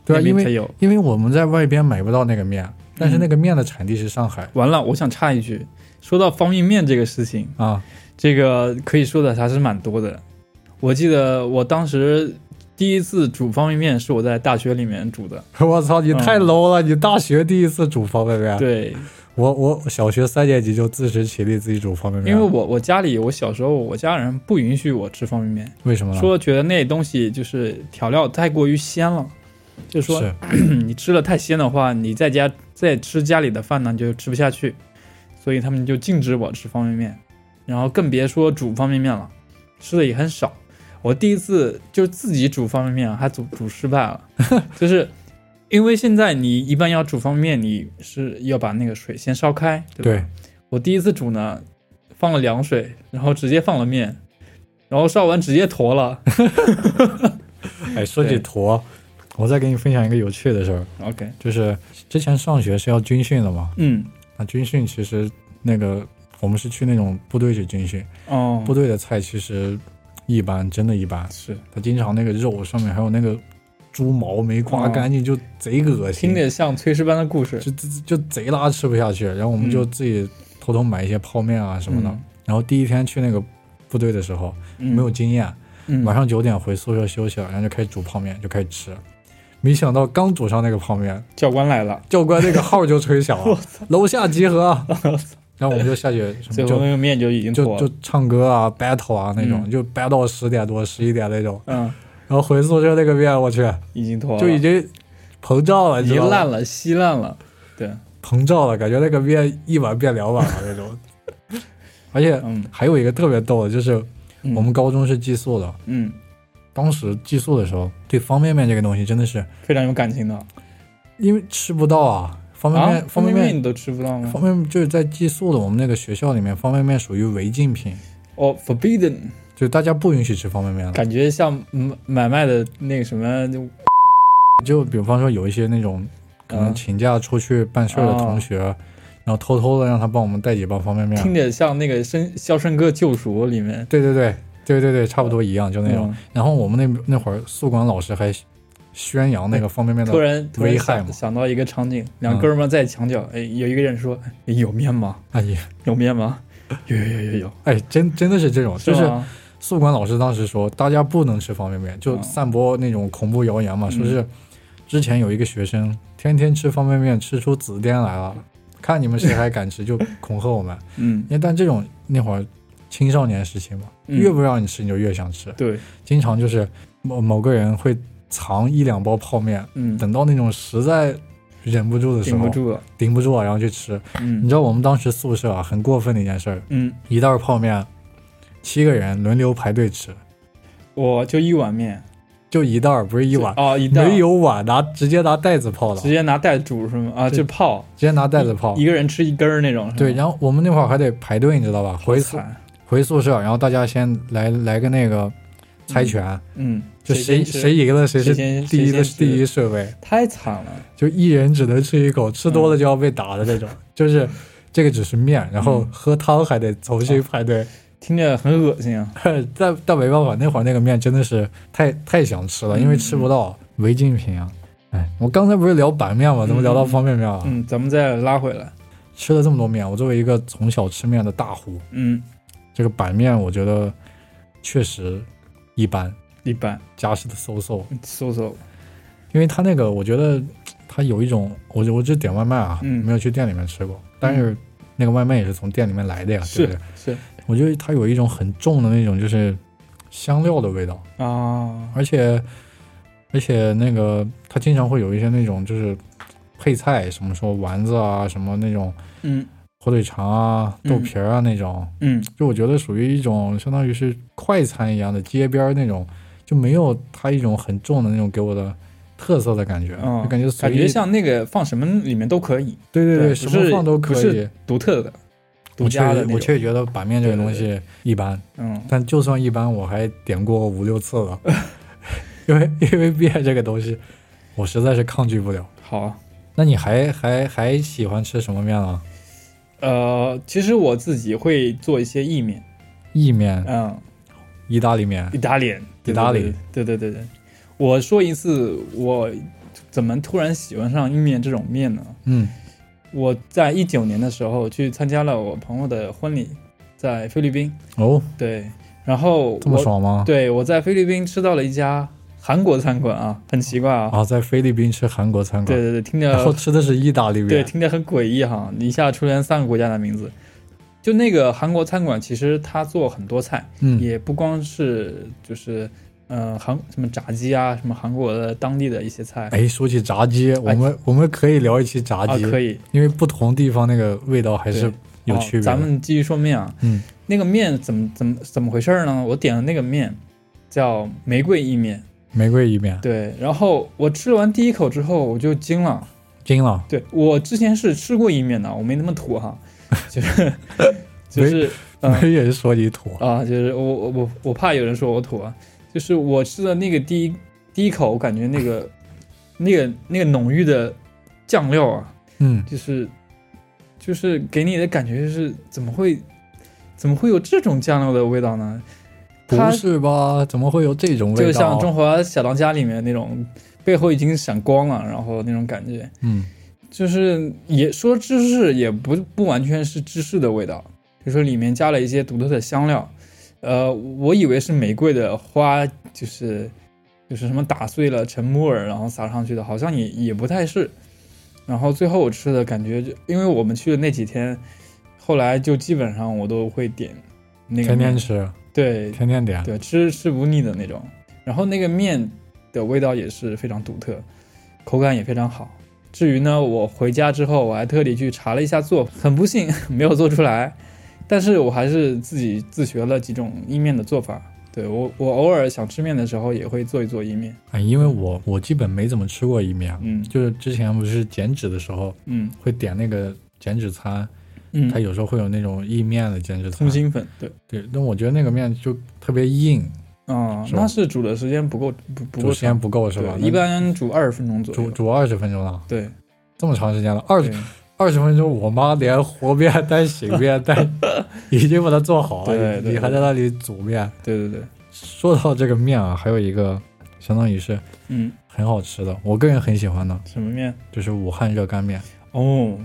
Speaker 1: 对啊，
Speaker 2: 那边
Speaker 1: 因
Speaker 2: 才
Speaker 1: 为
Speaker 2: 有。
Speaker 1: 因为我们在外边买不到那个面，但是那个面的产地是上海
Speaker 2: 完了，我想插一句，说到方便面这个事情，
Speaker 1: 啊。
Speaker 2: 这个可以说的还是蛮多的。我记得我当时第一次煮方便面是我在大学里面煮的，
Speaker 1: 我操，你
Speaker 2: 嗯
Speaker 1: 太 low 了！你大学第一次煮方便面，
Speaker 2: 对，
Speaker 1: 我我小学三年级就自食其力自己煮方便面，
Speaker 2: 因为我我家里我小时候我家人不允许我吃方便面，
Speaker 1: 为什么呢？
Speaker 2: 说觉得那东西就是调料太过于鲜了，就说
Speaker 1: 是
Speaker 2: 你吃了太鲜的话，你在家再吃家里的饭呢，你就吃不下去，所以他们就禁止我吃方便面，然后更别说煮方便面了，吃的也很少。我第一次就自己煮方便面啊，还煮煮失败了， 就是因为现在你一般要煮方便面，你是要把那个水先烧开，对吧？
Speaker 1: 对，
Speaker 2: 我第一次煮呢，放了凉水，然后直接放了面，然后烧完直接坨了。
Speaker 1: 哎，说起
Speaker 2: 对
Speaker 1: 坨，我再给你分享一个有趣的事儿，
Speaker 2: OK，
Speaker 1: 就是之前上学是要军训的嘛，
Speaker 2: 嗯，
Speaker 1: 那军训其实那个我们是去那种部队去军训，
Speaker 2: 哦，
Speaker 1: 部队的菜其实一般，真的一般，
Speaker 2: 是，
Speaker 1: 它经常那个肉上面还有那个猪毛没刮
Speaker 2: 哦
Speaker 1: 干净，就贼恶心，
Speaker 2: 听着像炊事班的故事。
Speaker 1: 就就就贼拉吃不下去，然后我们
Speaker 2: 嗯
Speaker 1: 就自己偷偷买一些泡面啊什么的。
Speaker 2: 嗯
Speaker 1: 然后第一天去那个部队的时候没有经验，
Speaker 2: 嗯，
Speaker 1: 晚上九点回宿舍休息了，然后就开始煮泡面，就开始吃。没想到刚煮上那个泡面，
Speaker 2: 教官来了，
Speaker 1: 教官那个号就吹 响了，楼下集合。啊然后我们就下去什
Speaker 2: 最
Speaker 1: 么
Speaker 2: 后
Speaker 1: 就
Speaker 2: 那个面就已经坨
Speaker 1: 就
Speaker 2: 了。
Speaker 1: 就唱歌啊、battle 啊那种，
Speaker 2: 嗯
Speaker 1: 就 battle 到十点多、十一点那种。
Speaker 2: 嗯，
Speaker 1: 然后回宿舍那个面，我去
Speaker 2: 已经坨了，
Speaker 1: 就已经膨胀了，
Speaker 2: 已
Speaker 1: 你知
Speaker 2: 经
Speaker 1: 道吗
Speaker 2: 烂了，稀烂了。对，
Speaker 1: 膨胀了，感觉那个面一碗变两碗了那 种。而且
Speaker 2: 嗯
Speaker 1: 还有一个特别逗的，就是
Speaker 2: 嗯
Speaker 1: 我们高中是寄宿的，
Speaker 2: 嗯
Speaker 1: 当时寄宿的时候，对方便面这个东西真的是
Speaker 2: 非常有感情的。
Speaker 1: 因为吃不到啊，方便
Speaker 2: 啊
Speaker 1: 面、，方便面
Speaker 2: 你都吃不到吗
Speaker 1: 方？便面就是在寄宿的我们那个学校里面，方便面属于违禁品，
Speaker 2: 哦，forbidden，
Speaker 1: 就大家不允许吃方便面了。
Speaker 2: 感觉像嗯买卖的那个什么，就
Speaker 1: 就比方说有一些那种可能
Speaker 2: 嗯
Speaker 1: 请假出去办事儿的同学，然后偷偷的让他帮我们带几包方便面
Speaker 2: 啊听。着像那个《生肖申克救赎》里面
Speaker 1: 对对对对对对，差不多一样，就那种。。
Speaker 2: 嗯
Speaker 1: 然后我们那那会儿宿管老师还宣扬那个方便面
Speaker 2: 突
Speaker 1: 的，
Speaker 2: 然突然
Speaker 1: 危害嘛
Speaker 2: 想想到一个场景，两哥们儿在墙角，哎，有一个人说：“哎，有面吗？
Speaker 1: 哎呀，
Speaker 2: 有面吗？有有有有有，
Speaker 1: 哎，真真的是这种，就是
Speaker 2: 吗
Speaker 1: 宿管老师当时说大家不能吃方便面，就
Speaker 2: 嗯
Speaker 1: 散播那种恐怖谣言嘛，
Speaker 2: 嗯
Speaker 1: 说是之前有一个学生天天吃方便面，吃出紫癜来了，看你们谁还敢吃，就恐吓我们。
Speaker 2: 嗯，
Speaker 1: 因为但这种那会儿青少年时期嘛，
Speaker 2: 嗯
Speaker 1: 越不让你吃你就越想吃，
Speaker 2: 对，
Speaker 1: 经常就是某某个人会藏一两包泡面，
Speaker 2: 嗯，
Speaker 1: 等到那种实在忍不住的时
Speaker 2: 顶
Speaker 1: 候
Speaker 2: 不，住了，
Speaker 1: 顶不住啊，然后去吃。你
Speaker 2: 嗯
Speaker 1: 知道我们当时宿舍啊，很过分的一件事儿，
Speaker 2: 嗯，
Speaker 1: 一袋儿泡面，七个人轮流排队吃，
Speaker 2: 我就一碗面，
Speaker 1: 就一袋儿，不是一碗，
Speaker 2: 哦，一袋
Speaker 1: 没，有碗，拿直接拿袋子泡的，直
Speaker 2: 直接拿袋煮是吗？啊，
Speaker 1: 对
Speaker 2: 就泡，
Speaker 1: 接拿袋子泡
Speaker 2: 一。个人吃一根儿那种，是吗
Speaker 1: 对，然后我们那会儿还得排队，你知道吧？回宿
Speaker 2: 惨，
Speaker 1: 回宿舍，然后大家先来来个那个猜拳，
Speaker 2: 嗯，
Speaker 1: 就谁
Speaker 2: 先吃
Speaker 1: 谁赢了谁是
Speaker 2: 谁先
Speaker 1: 第一
Speaker 2: 谁
Speaker 1: 的
Speaker 2: 先吃
Speaker 1: 第一顺位，
Speaker 2: 太惨了，
Speaker 1: 就一人只能吃一口，吃多
Speaker 2: 嗯
Speaker 1: 了就要被打的那 种，就是。这个只是面，然后
Speaker 2: 嗯
Speaker 1: 喝汤还得重新排队，
Speaker 2: 听着很恶心啊，
Speaker 1: 但但没办法，那会儿那个面真的是太太想吃了，因为吃不到
Speaker 2: 嗯
Speaker 1: 违禁品啊。哎，我刚才不是聊板面吗？怎么聊到方便面了？
Speaker 2: 嗯，咱们再拉回来，
Speaker 1: 吃了这么多面，我作为一个从小吃面的大户，
Speaker 2: 嗯，
Speaker 1: 这个板面我觉得确实一般，
Speaker 2: 一般，
Speaker 1: 家式的馊馊，
Speaker 2: 搜搜，
Speaker 1: 因为它那个我觉得它有一种，我我只点外卖啊，
Speaker 2: 嗯
Speaker 1: 没有去店里面吃过，但是那个外卖也是从店里面来的呀，对不
Speaker 2: 是
Speaker 1: 对？
Speaker 2: 是
Speaker 1: 我觉得它有一种很重的那种就是香料的味道。
Speaker 2: 啊，
Speaker 1: 而且而且那个它经常会有一些那种就是配菜，什么说丸子啊，什么那种
Speaker 2: 嗯
Speaker 1: 火腿肠啊、
Speaker 2: 嗯
Speaker 1: 豆皮儿啊那种，
Speaker 2: 嗯，
Speaker 1: 就我觉得属于一种相当于是快餐一样的街边儿那种，就没有它一种很重的那种给我的。特色的感觉，
Speaker 2: 嗯
Speaker 1: 就感觉随
Speaker 2: 感
Speaker 1: 意
Speaker 2: 觉像那那个放什么里面都可以，
Speaker 1: 对对对，
Speaker 2: 对不
Speaker 1: 什
Speaker 2: 是
Speaker 1: 么放都可
Speaker 2: 不
Speaker 1: 以
Speaker 2: 是。独特的、独
Speaker 1: 我确
Speaker 2: 家的
Speaker 1: 实，
Speaker 2: 那
Speaker 1: 我确
Speaker 2: 种。
Speaker 1: 实觉得板面这个
Speaker 2: 对对
Speaker 1: 东西一般，
Speaker 2: 嗯，
Speaker 1: 但就算一般，我还点过五六次了， 因为 因为面这个东西，我实在是抗拒不了。
Speaker 2: 好，
Speaker 1: 那你还还还喜欢吃什么面啊？
Speaker 2: 呃，其实我自己会做一些意面，
Speaker 1: 意面、
Speaker 2: 嗯，
Speaker 1: 意大利面
Speaker 2: 意大利，
Speaker 1: 意
Speaker 2: 对
Speaker 1: 大利，
Speaker 2: 对对对对对。我说一次，我怎么突然喜欢上意面这种面呢？
Speaker 1: 嗯，
Speaker 2: 我在一九年的时候去参加了我朋友的婚礼，在菲律宾，
Speaker 1: 哦，
Speaker 2: 对，然后
Speaker 1: 这么
Speaker 2: 我
Speaker 1: 爽吗？
Speaker 2: 对我在菲律宾吃到了一家韩国餐馆啊，很奇怪啊，
Speaker 1: 啊，在菲律宾吃韩国餐
Speaker 2: 对
Speaker 1: 馆，
Speaker 2: 对对，听
Speaker 1: 然后
Speaker 2: 着
Speaker 1: 吃的是意大利
Speaker 2: 呃对，
Speaker 1: 面，
Speaker 2: 听着很诡异哈，一下出现三个国家的名字。就那个韩国餐馆，其实他做很多菜，
Speaker 1: 嗯，
Speaker 2: 也不光是就是，呃，韩什么炸鸡啊，什么韩国的当地的一些菜
Speaker 1: 哎，说起炸鸡，我们我们可以聊一期炸
Speaker 2: 哎啊，
Speaker 1: 鸡，
Speaker 2: 可以
Speaker 1: 因为不同地方那个味道还是
Speaker 2: 对
Speaker 1: 有
Speaker 2: 哦
Speaker 1: 区别的。
Speaker 2: 咱们继续说面啊，
Speaker 1: 嗯，
Speaker 2: 那个面怎么怎么怎么回事呢？我点的那个面叫玫瑰意面，
Speaker 1: 玫瑰意面，
Speaker 2: 对，然后我吃完第一口之后我就惊了，
Speaker 1: 惊了，
Speaker 2: 对我之前是吃过意面的，我没那么土哈，就是 就是
Speaker 1: 没人说你土
Speaker 2: 啊，就是我我我我怕有人说我土啊，就是我吃的那个第一第一口，我感觉那个那个那个浓郁的酱料啊，
Speaker 1: 嗯，
Speaker 2: 就是就是给你的感觉就是怎么会怎么会有这种酱料的味道呢？
Speaker 1: 不
Speaker 2: 它
Speaker 1: 是吧？怎么会有这种味道？
Speaker 2: 就像《中华小当家》里面那种背后已经闪光了，然后那种感觉，
Speaker 1: 嗯
Speaker 2: 就是也说芝士也不不完全是芝士的味道，就说里面加了一些独特的香料，呃，我以为是玫瑰的花，就是就是什么打碎了沉木耳然后撒上去的，好像也也不太是。然后最后我吃的感觉就，因为我们去的那几天，后来就基本上我都会点那个
Speaker 1: 天天
Speaker 2: 面
Speaker 1: 吃，
Speaker 2: 对
Speaker 1: 天天点，
Speaker 2: 对，吃吃不腻的那种。然后那个面的味道也是非常独特，口感也非常好。至于呢，我回家之后我还特地去查了一下做，很不幸没有做出来，但是我还是自己自学了几种意面的做法。对我，我偶尔想吃面的时候也会做一做意面。
Speaker 1: 哎，因为我我基本没怎么吃过意面，
Speaker 2: 嗯
Speaker 1: 就是之前不是减脂的时候
Speaker 2: 嗯
Speaker 1: 会点那个减脂餐，
Speaker 2: 嗯
Speaker 1: 它，有时候会有那种意面的减脂餐
Speaker 2: 通，心粉对，
Speaker 1: 对，但我觉得那个面就特别硬，
Speaker 2: 啊、
Speaker 1: 是吧
Speaker 2: 那是煮的时间不够，不不
Speaker 1: 煮
Speaker 2: 够
Speaker 1: 时间
Speaker 2: 长，
Speaker 1: 不够是吧？
Speaker 2: 对，一般煮二十分钟
Speaker 1: 那
Speaker 2: 左
Speaker 1: 煮
Speaker 2: 右。
Speaker 1: 煮二十分钟了，
Speaker 2: 对
Speaker 1: 这么长时间了，二
Speaker 2: 对
Speaker 1: 十二十分钟，我妈连和面带醒 面带已经把它做好
Speaker 2: 对
Speaker 1: 了，
Speaker 2: 对
Speaker 1: 你你还在那里煮面。
Speaker 2: 对对对，
Speaker 1: 说到这个面啊，还有一个相当于是
Speaker 2: 嗯，
Speaker 1: 很好吃的，我个人很喜欢的，
Speaker 2: 什么面？
Speaker 1: 就是武汉热干面。
Speaker 2: 哦，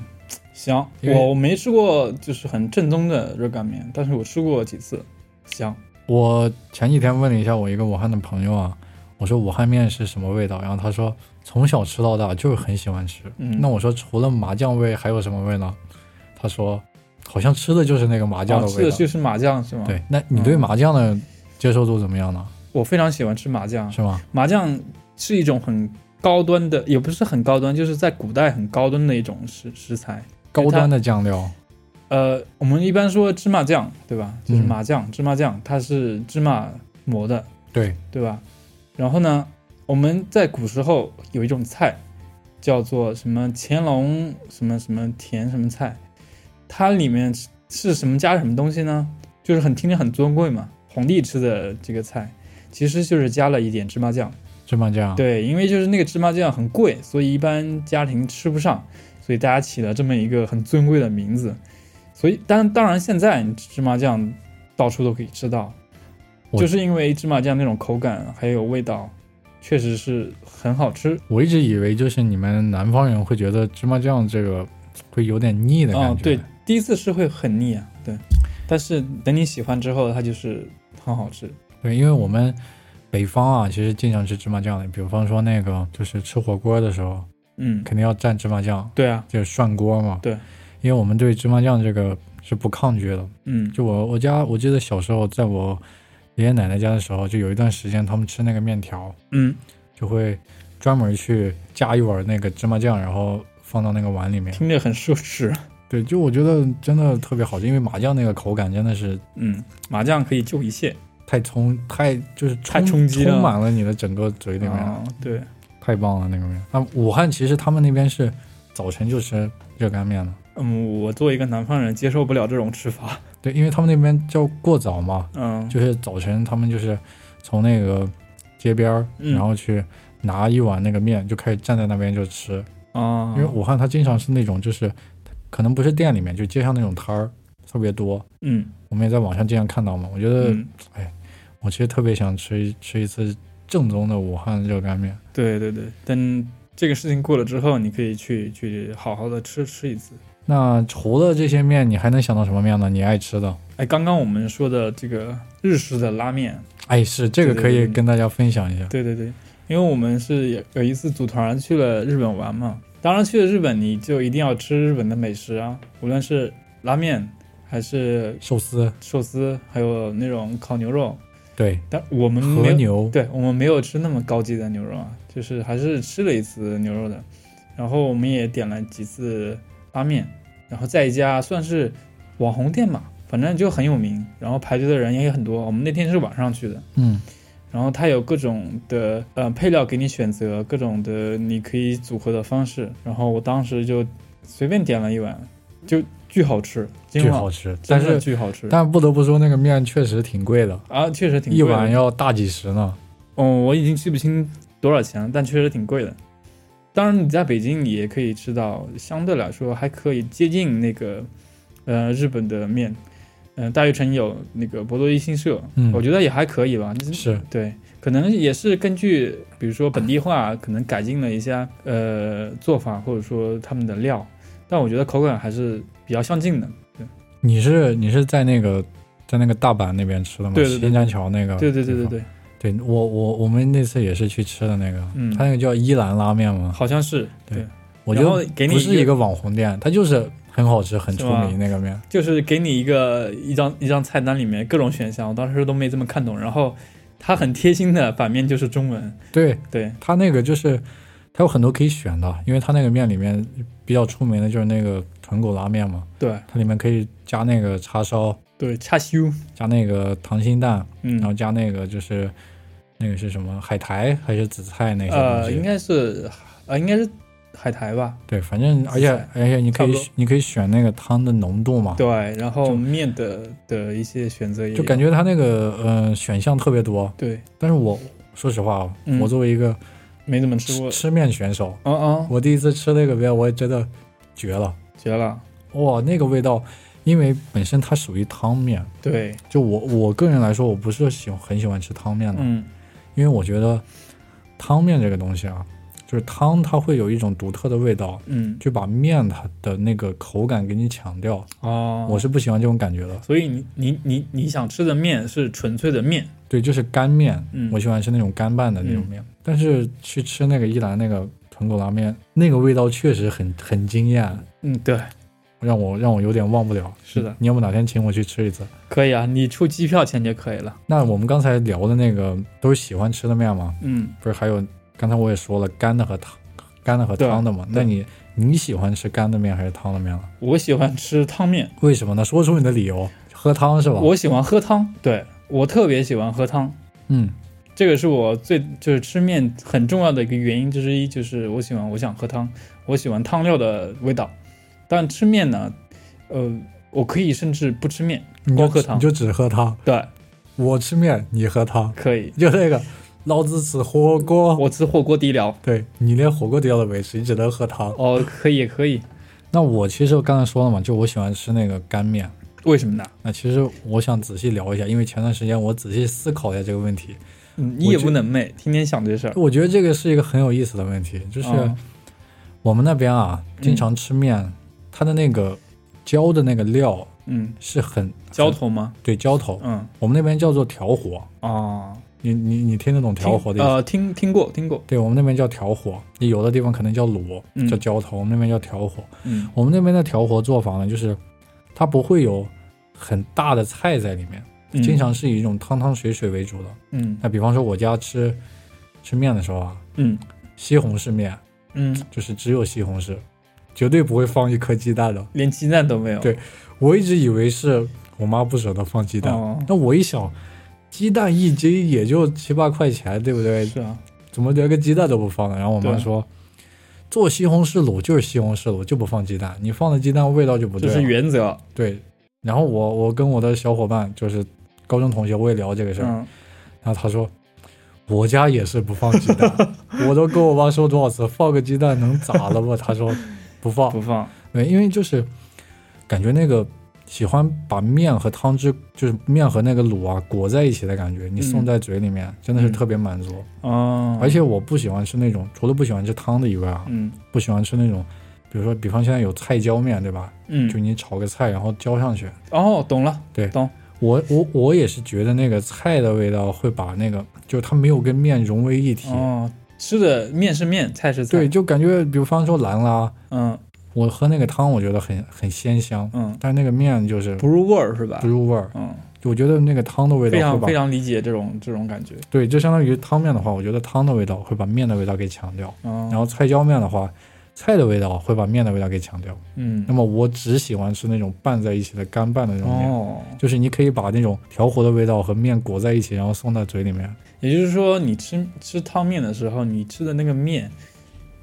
Speaker 2: 香！
Speaker 1: 因为
Speaker 2: 我我没吃过就是很正宗的热干面，但是我吃过几次，香。
Speaker 1: 我前几天问了一下我一个武汉的朋友啊，我说武汉面是什么味道，然后他说从小吃到大就是很喜欢吃。
Speaker 2: 嗯
Speaker 1: 那我说除了麻酱味还有什么味呢？他说好像吃的就是那个麻
Speaker 2: 麻
Speaker 1: 酱的
Speaker 2: 啊哦吃
Speaker 1: 味
Speaker 2: 的
Speaker 1: 道。
Speaker 2: 就是麻酱是吗？，
Speaker 1: 对，那你对
Speaker 2: 嗯
Speaker 1: 麻酱的接受度怎么样呢？
Speaker 2: 我非常喜欢吃麻酱。
Speaker 1: 是吗？
Speaker 2: 麻酱是一种很高端的，也不是很高端，就是在古代很高端的一种食食材。
Speaker 1: 高端的酱料，
Speaker 2: 呃，我们一般说芝麻酱，对吧？就是
Speaker 1: 嗯
Speaker 2: 麻酱，芝麻酱，它是芝麻磨的，
Speaker 1: 对，
Speaker 2: 对吧？然后呢，我们在古时候有一种菜，叫做什么乾隆什么什么甜什么菜，它里面是是什么加什么东西呢？就是很听着很尊贵嘛，皇帝吃的这个菜，其实就是加了一点芝麻酱。
Speaker 1: 芝麻酱。，
Speaker 2: 对，因为就是那个芝麻酱很贵，所以一般家庭吃不上，所以大家起了这么一个很尊贵的名字。所以，当当然现在芝麻酱到处都可以吃到，
Speaker 1: 我
Speaker 2: 就是因为芝麻酱那种口感还有味道，确实是很好吃
Speaker 1: 我一直以为就是你们南方人会觉得芝麻酱这个会有点腻的
Speaker 2: 啊、
Speaker 1: 感觉。
Speaker 2: 对，第一次吃会很腻啊，对，但是等你喜欢之后，它就是很好吃。
Speaker 1: 对，因为我们北方啊，其实经常吃芝麻酱的。比方说那个，就是吃火锅的时候，
Speaker 2: 嗯，
Speaker 1: 肯定要蘸芝麻酱，
Speaker 2: 对啊，
Speaker 1: 就是涮锅嘛。
Speaker 2: 对，
Speaker 1: 因为我们对芝麻酱这个是不抗拒的。
Speaker 2: 嗯，
Speaker 1: 就我我家，我记得小时候在我爷爷奶奶家的时候，就有一段时间他们吃那个面条，
Speaker 2: 嗯，
Speaker 1: 就会专门去加一碗那个芝麻酱，然后放到那个碗里面。
Speaker 2: 听着很啊奢侈。
Speaker 1: 对，就我觉得真的特别好吃，因为麻酱那个口感真的是
Speaker 2: 嗯，麻酱可以救一切。
Speaker 1: 太充太就是充
Speaker 2: 太冲击了
Speaker 1: 充满了你的整个嘴里面，
Speaker 2: 啊，对，
Speaker 1: 太棒了那个面。那武汉其实他们那边是早晨就吃热干面的，
Speaker 2: 嗯，我作为一个南方人，接受不了这种吃法。
Speaker 1: 对，因为他们那边叫过早嘛，
Speaker 2: 嗯，
Speaker 1: 就是早晨他们就是从那个街边儿，
Speaker 2: 嗯
Speaker 1: 然后去拿一碗那个面，就开始站在那边就吃。
Speaker 2: 啊，
Speaker 1: 因为武汉它经常是那种就是，可能不是店里面，就街上那种摊儿特别多。
Speaker 2: 嗯
Speaker 1: 我们也在网上经常看到嘛，我觉得
Speaker 2: 嗯，
Speaker 1: 我其实特别想吃一吃一次正宗的武汉热干面。
Speaker 2: 对对对，等这个事情过了之后，你可以去去好好的吃吃一次。
Speaker 1: 那除了这些面，你还能想到什么面呢？你爱吃的？
Speaker 2: 哎，刚刚我们说的这个日式的拉面，
Speaker 1: 哎，是这个可
Speaker 2: 对对
Speaker 1: 以
Speaker 2: 对
Speaker 1: 跟大家分享一下。
Speaker 2: 对对对，因为我们是有有一次组团去了日本玩嘛，当然去了日本你就一定要吃日本的美食啊，无论是拉面还是
Speaker 1: 寿司，
Speaker 2: 寿司，还有那种烤牛肉，
Speaker 1: 对，
Speaker 2: 但我们嗯没
Speaker 1: 和
Speaker 2: 有
Speaker 1: 牛，
Speaker 2: 对我们没有吃那么高级的牛肉啊，就是还是吃了一次牛肉的，然后我们也点了几次拉面，然后在一家算是网红店吧，反正就很有名，然后排队的人也很多。我们那天是晚上去的，
Speaker 1: 嗯，
Speaker 2: 然后它有各种的呃配料给你选择，各种的你可以组合的方式，然后我当时就随便点了一碗，就巨好吃，今
Speaker 1: 巨
Speaker 2: 晚
Speaker 1: 好吃。但
Speaker 2: 真的
Speaker 1: 是
Speaker 2: 巨好吃
Speaker 1: 但不得不说，那个面确实挺贵的，
Speaker 2: 啊，确实挺
Speaker 1: 一
Speaker 2: 贵的
Speaker 1: 碗要大几十呢。
Speaker 2: 嗯，我已经记不清多少钱了，但确实挺贵的。当然，你在北京也可以吃到，相对来说还可以接近那个，呃，日本的面。嗯、大悦城有那个博多一新社，
Speaker 1: 嗯，
Speaker 2: 我觉得也还可以吧。就是对，可能也是根据比如说本地化，可能改进了一下呃做法，或者说他们的料，但我觉得口感还是比较相近的。
Speaker 1: 你是你是在那个在那个大阪那边吃的吗？
Speaker 2: 对对对
Speaker 1: 新山桥那个。
Speaker 2: 对对对对。对，
Speaker 1: 对我我我们那次也是去吃的那个，
Speaker 2: 嗯
Speaker 1: 它那个叫伊兰拉面嘛，
Speaker 2: 好像是
Speaker 1: 对
Speaker 2: 对，
Speaker 1: 哎我觉得
Speaker 2: 然后给你
Speaker 1: 不是
Speaker 2: 一个
Speaker 1: 一个网红店，它就是很好吃，很
Speaker 2: 是
Speaker 1: 出
Speaker 2: 吗
Speaker 1: 名那个面。
Speaker 2: 就是给你一个一张一张菜单里面各种选项，我当时都没怎么看懂。然后它很贴心的版面就是中文，
Speaker 1: 对，
Speaker 2: 对，
Speaker 1: 它那个就是它有很多可以选的，因为它那个面里面比较出名的就是那个豚骨拉面嘛，
Speaker 2: 对
Speaker 1: 它里面可以加那个叉烧，
Speaker 2: 对，叉修，
Speaker 1: 加那个溏心蛋，然后
Speaker 2: 嗯，
Speaker 1: 加那个就是那个是什么海苔还是紫菜那些东
Speaker 2: 呃，
Speaker 1: 西。
Speaker 2: 应该是呃应该是海苔吧，
Speaker 1: 对，反正而且
Speaker 2: 紫菜
Speaker 1: 而且你可
Speaker 2: 差
Speaker 1: 以
Speaker 2: 不多
Speaker 1: 你可以选那个汤的浓度嘛，
Speaker 2: 对，然后
Speaker 1: 就
Speaker 2: 面的的一些选择也
Speaker 1: 就感
Speaker 2: 觉
Speaker 1: 觉它那个呃选项特别多。
Speaker 2: 对，
Speaker 1: 但是我说实话啊，
Speaker 2: 嗯
Speaker 1: 我作为一个
Speaker 2: 没怎么吃
Speaker 1: 吃
Speaker 2: 过，
Speaker 1: 吃面选手，
Speaker 2: 嗯嗯，
Speaker 1: 我第一次吃那个面，我也觉得绝了，
Speaker 2: 绝了，
Speaker 1: 哇，那个味道，因为本身它属于汤面，
Speaker 2: 对，
Speaker 1: 就我我个人来说，我不是喜欢很喜欢吃汤面的，
Speaker 2: 嗯，
Speaker 1: 因为我觉得汤面这个东西啊，就是汤它会有一种独特的味道，
Speaker 2: 嗯，
Speaker 1: 就把面它的那个口感给你抢掉，
Speaker 2: 哦，
Speaker 1: 我是不喜欢这种感觉的。
Speaker 2: 所以你你你你想吃的面是纯粹的面，
Speaker 1: 对，就是干面，
Speaker 2: 嗯
Speaker 1: 我喜欢吃那种干拌的那种面。但是去吃那个一兰那个豚骨拉面，那个味道确实很很惊艳，
Speaker 2: 嗯，对，
Speaker 1: 让我让我有点忘不了。
Speaker 2: 是的
Speaker 1: 你要不哪天请我去吃一次？
Speaker 2: 可以啊，你出机票钱就可以了，
Speaker 1: 那我们刚才聊的那个都是喜欢吃的面嘛，
Speaker 2: 嗯，
Speaker 1: 不是还有刚才我也说了干的和汤，干的和
Speaker 2: 对
Speaker 1: 汤的嘛？那你你喜欢吃干的面还是汤的面了？
Speaker 2: 我喜欢吃汤面。
Speaker 1: 为什么呢？说出你的理由。喝汤是吧？
Speaker 2: 我喜欢喝汤，对我特别喜欢喝汤，
Speaker 1: 嗯
Speaker 2: 这个是我最就是吃面很重要的一个原因之一，就是我喜欢我想喝汤，我喜欢汤料的味道。但吃面呢，呃，我可以甚至不吃面，
Speaker 1: 你
Speaker 2: 光
Speaker 1: 就
Speaker 2: 喝
Speaker 1: 只
Speaker 2: 汤
Speaker 1: 你就只喝汤，
Speaker 2: 对，
Speaker 1: 我吃面你喝汤，
Speaker 2: 可以，
Speaker 1: 就那个老子吃火锅，
Speaker 2: 我吃火锅底料，
Speaker 1: 对你连火锅底料都没吃，你只能喝汤。
Speaker 2: 哦，可以可以，
Speaker 1: 那我其实刚才说了嘛，就我喜欢吃那个干面。
Speaker 2: 为什么呢？
Speaker 1: 那其实我想仔细聊一下，因为前段时间我仔细思考一下这个问题，
Speaker 2: 嗯你也
Speaker 1: 我觉
Speaker 2: 不能寐，天天想这事儿，
Speaker 1: 我觉得这个是一个很有意思的问题，就是
Speaker 2: 嗯
Speaker 1: 我们那边啊，经常吃面，它的那个浇的那个料
Speaker 2: 嗯，
Speaker 1: 是很
Speaker 2: 浇，头吗？
Speaker 1: 对浇头，
Speaker 2: 嗯，
Speaker 1: 我们那边叫做调火，
Speaker 2: 哦，
Speaker 1: 你你你听得懂
Speaker 2: 听
Speaker 1: 调火的意思？
Speaker 2: 呃，听听过听过，
Speaker 1: 对我们那边叫调火，有的地方可能叫卤，
Speaker 2: 嗯
Speaker 1: 叫浇头，我们那边叫调火。
Speaker 2: 嗯
Speaker 1: 我们那边的调和做法呢，就是它不会有很大的菜在里面，
Speaker 2: 嗯
Speaker 1: 经常是以一种汤汤水水为主的。
Speaker 2: 嗯
Speaker 1: 那比方说我家吃吃面的时候啊，
Speaker 2: 嗯
Speaker 1: 西红柿面
Speaker 2: 嗯，
Speaker 1: 就是只有西红柿，绝对不会放一颗鸡蛋的。
Speaker 2: 连鸡蛋都没有，
Speaker 1: 对我一直以为是我妈不舍得放鸡蛋，
Speaker 2: 哦
Speaker 1: 那我一想，鸡蛋一斤也就七八块钱，对不对？
Speaker 2: 是啊，
Speaker 1: 怎么连个鸡蛋都不放呢？然后我妈
Speaker 2: 对
Speaker 1: 说。做西红柿卤就是西红柿卤，就不放鸡蛋。你放的鸡蛋味道就不对
Speaker 2: 这
Speaker 1: 了。
Speaker 2: 是原则。
Speaker 1: 对，然后我我跟我的小伙伴就是高中同学，我也聊这个事儿，
Speaker 2: 嗯，
Speaker 1: 然后他说我家也是不放鸡 蛋，我都跟我妈说多少次放个鸡蛋能咋了吧？他说不放
Speaker 2: 嗯不，放，
Speaker 1: 对，因为就是感觉那个喜欢把面和汤汁，就是面和那个卤啊裹在一起的感觉，你送
Speaker 2: 嗯
Speaker 1: 在嘴里面、真的是
Speaker 2: 嗯
Speaker 1: 特别满足。
Speaker 2: 哦，
Speaker 1: 而且我不喜欢吃那种，除了不喜欢吃汤的以外啊，
Speaker 2: 嗯
Speaker 1: 不喜欢吃那种，比如说，比方现在有菜椒面，对吧？就
Speaker 2: 嗯，
Speaker 1: 你炒个菜，然后浇上去。
Speaker 2: 哦，懂了，
Speaker 1: 对
Speaker 2: 懂，
Speaker 1: 我我我也是觉得那个菜的味道会把那个，就是它没有跟面融为一体。
Speaker 2: 哦，吃的面是面，菜是菜，
Speaker 1: 对，，就感觉，比方说兰拉，
Speaker 2: 嗯
Speaker 1: 我喝那个汤，我觉得很很鲜香，
Speaker 2: 嗯，
Speaker 1: 但是那个面就是
Speaker 2: 不入味儿是吧
Speaker 1: 不？入味儿。
Speaker 2: 嗯，
Speaker 1: 我觉得那个汤的味
Speaker 2: 非
Speaker 1: 道
Speaker 2: 常非
Speaker 1: 会把
Speaker 2: 常理解这种这种感觉，
Speaker 1: 对，就相当于汤面的话，我觉得汤的味道会把面的味道给抢掉。
Speaker 2: 嗯，
Speaker 1: 然后菜椒面的话，菜的味道会把面的味道给抢掉。
Speaker 2: 嗯
Speaker 1: 那，么我只喜欢吃那种拌在一起的干拌的那种面，
Speaker 2: 哦，
Speaker 1: 就是你可以把那种调和的味道和面裹在一起，然后送到嘴里面。
Speaker 2: 也就是说你吃吃汤面的时候，你吃的那个面，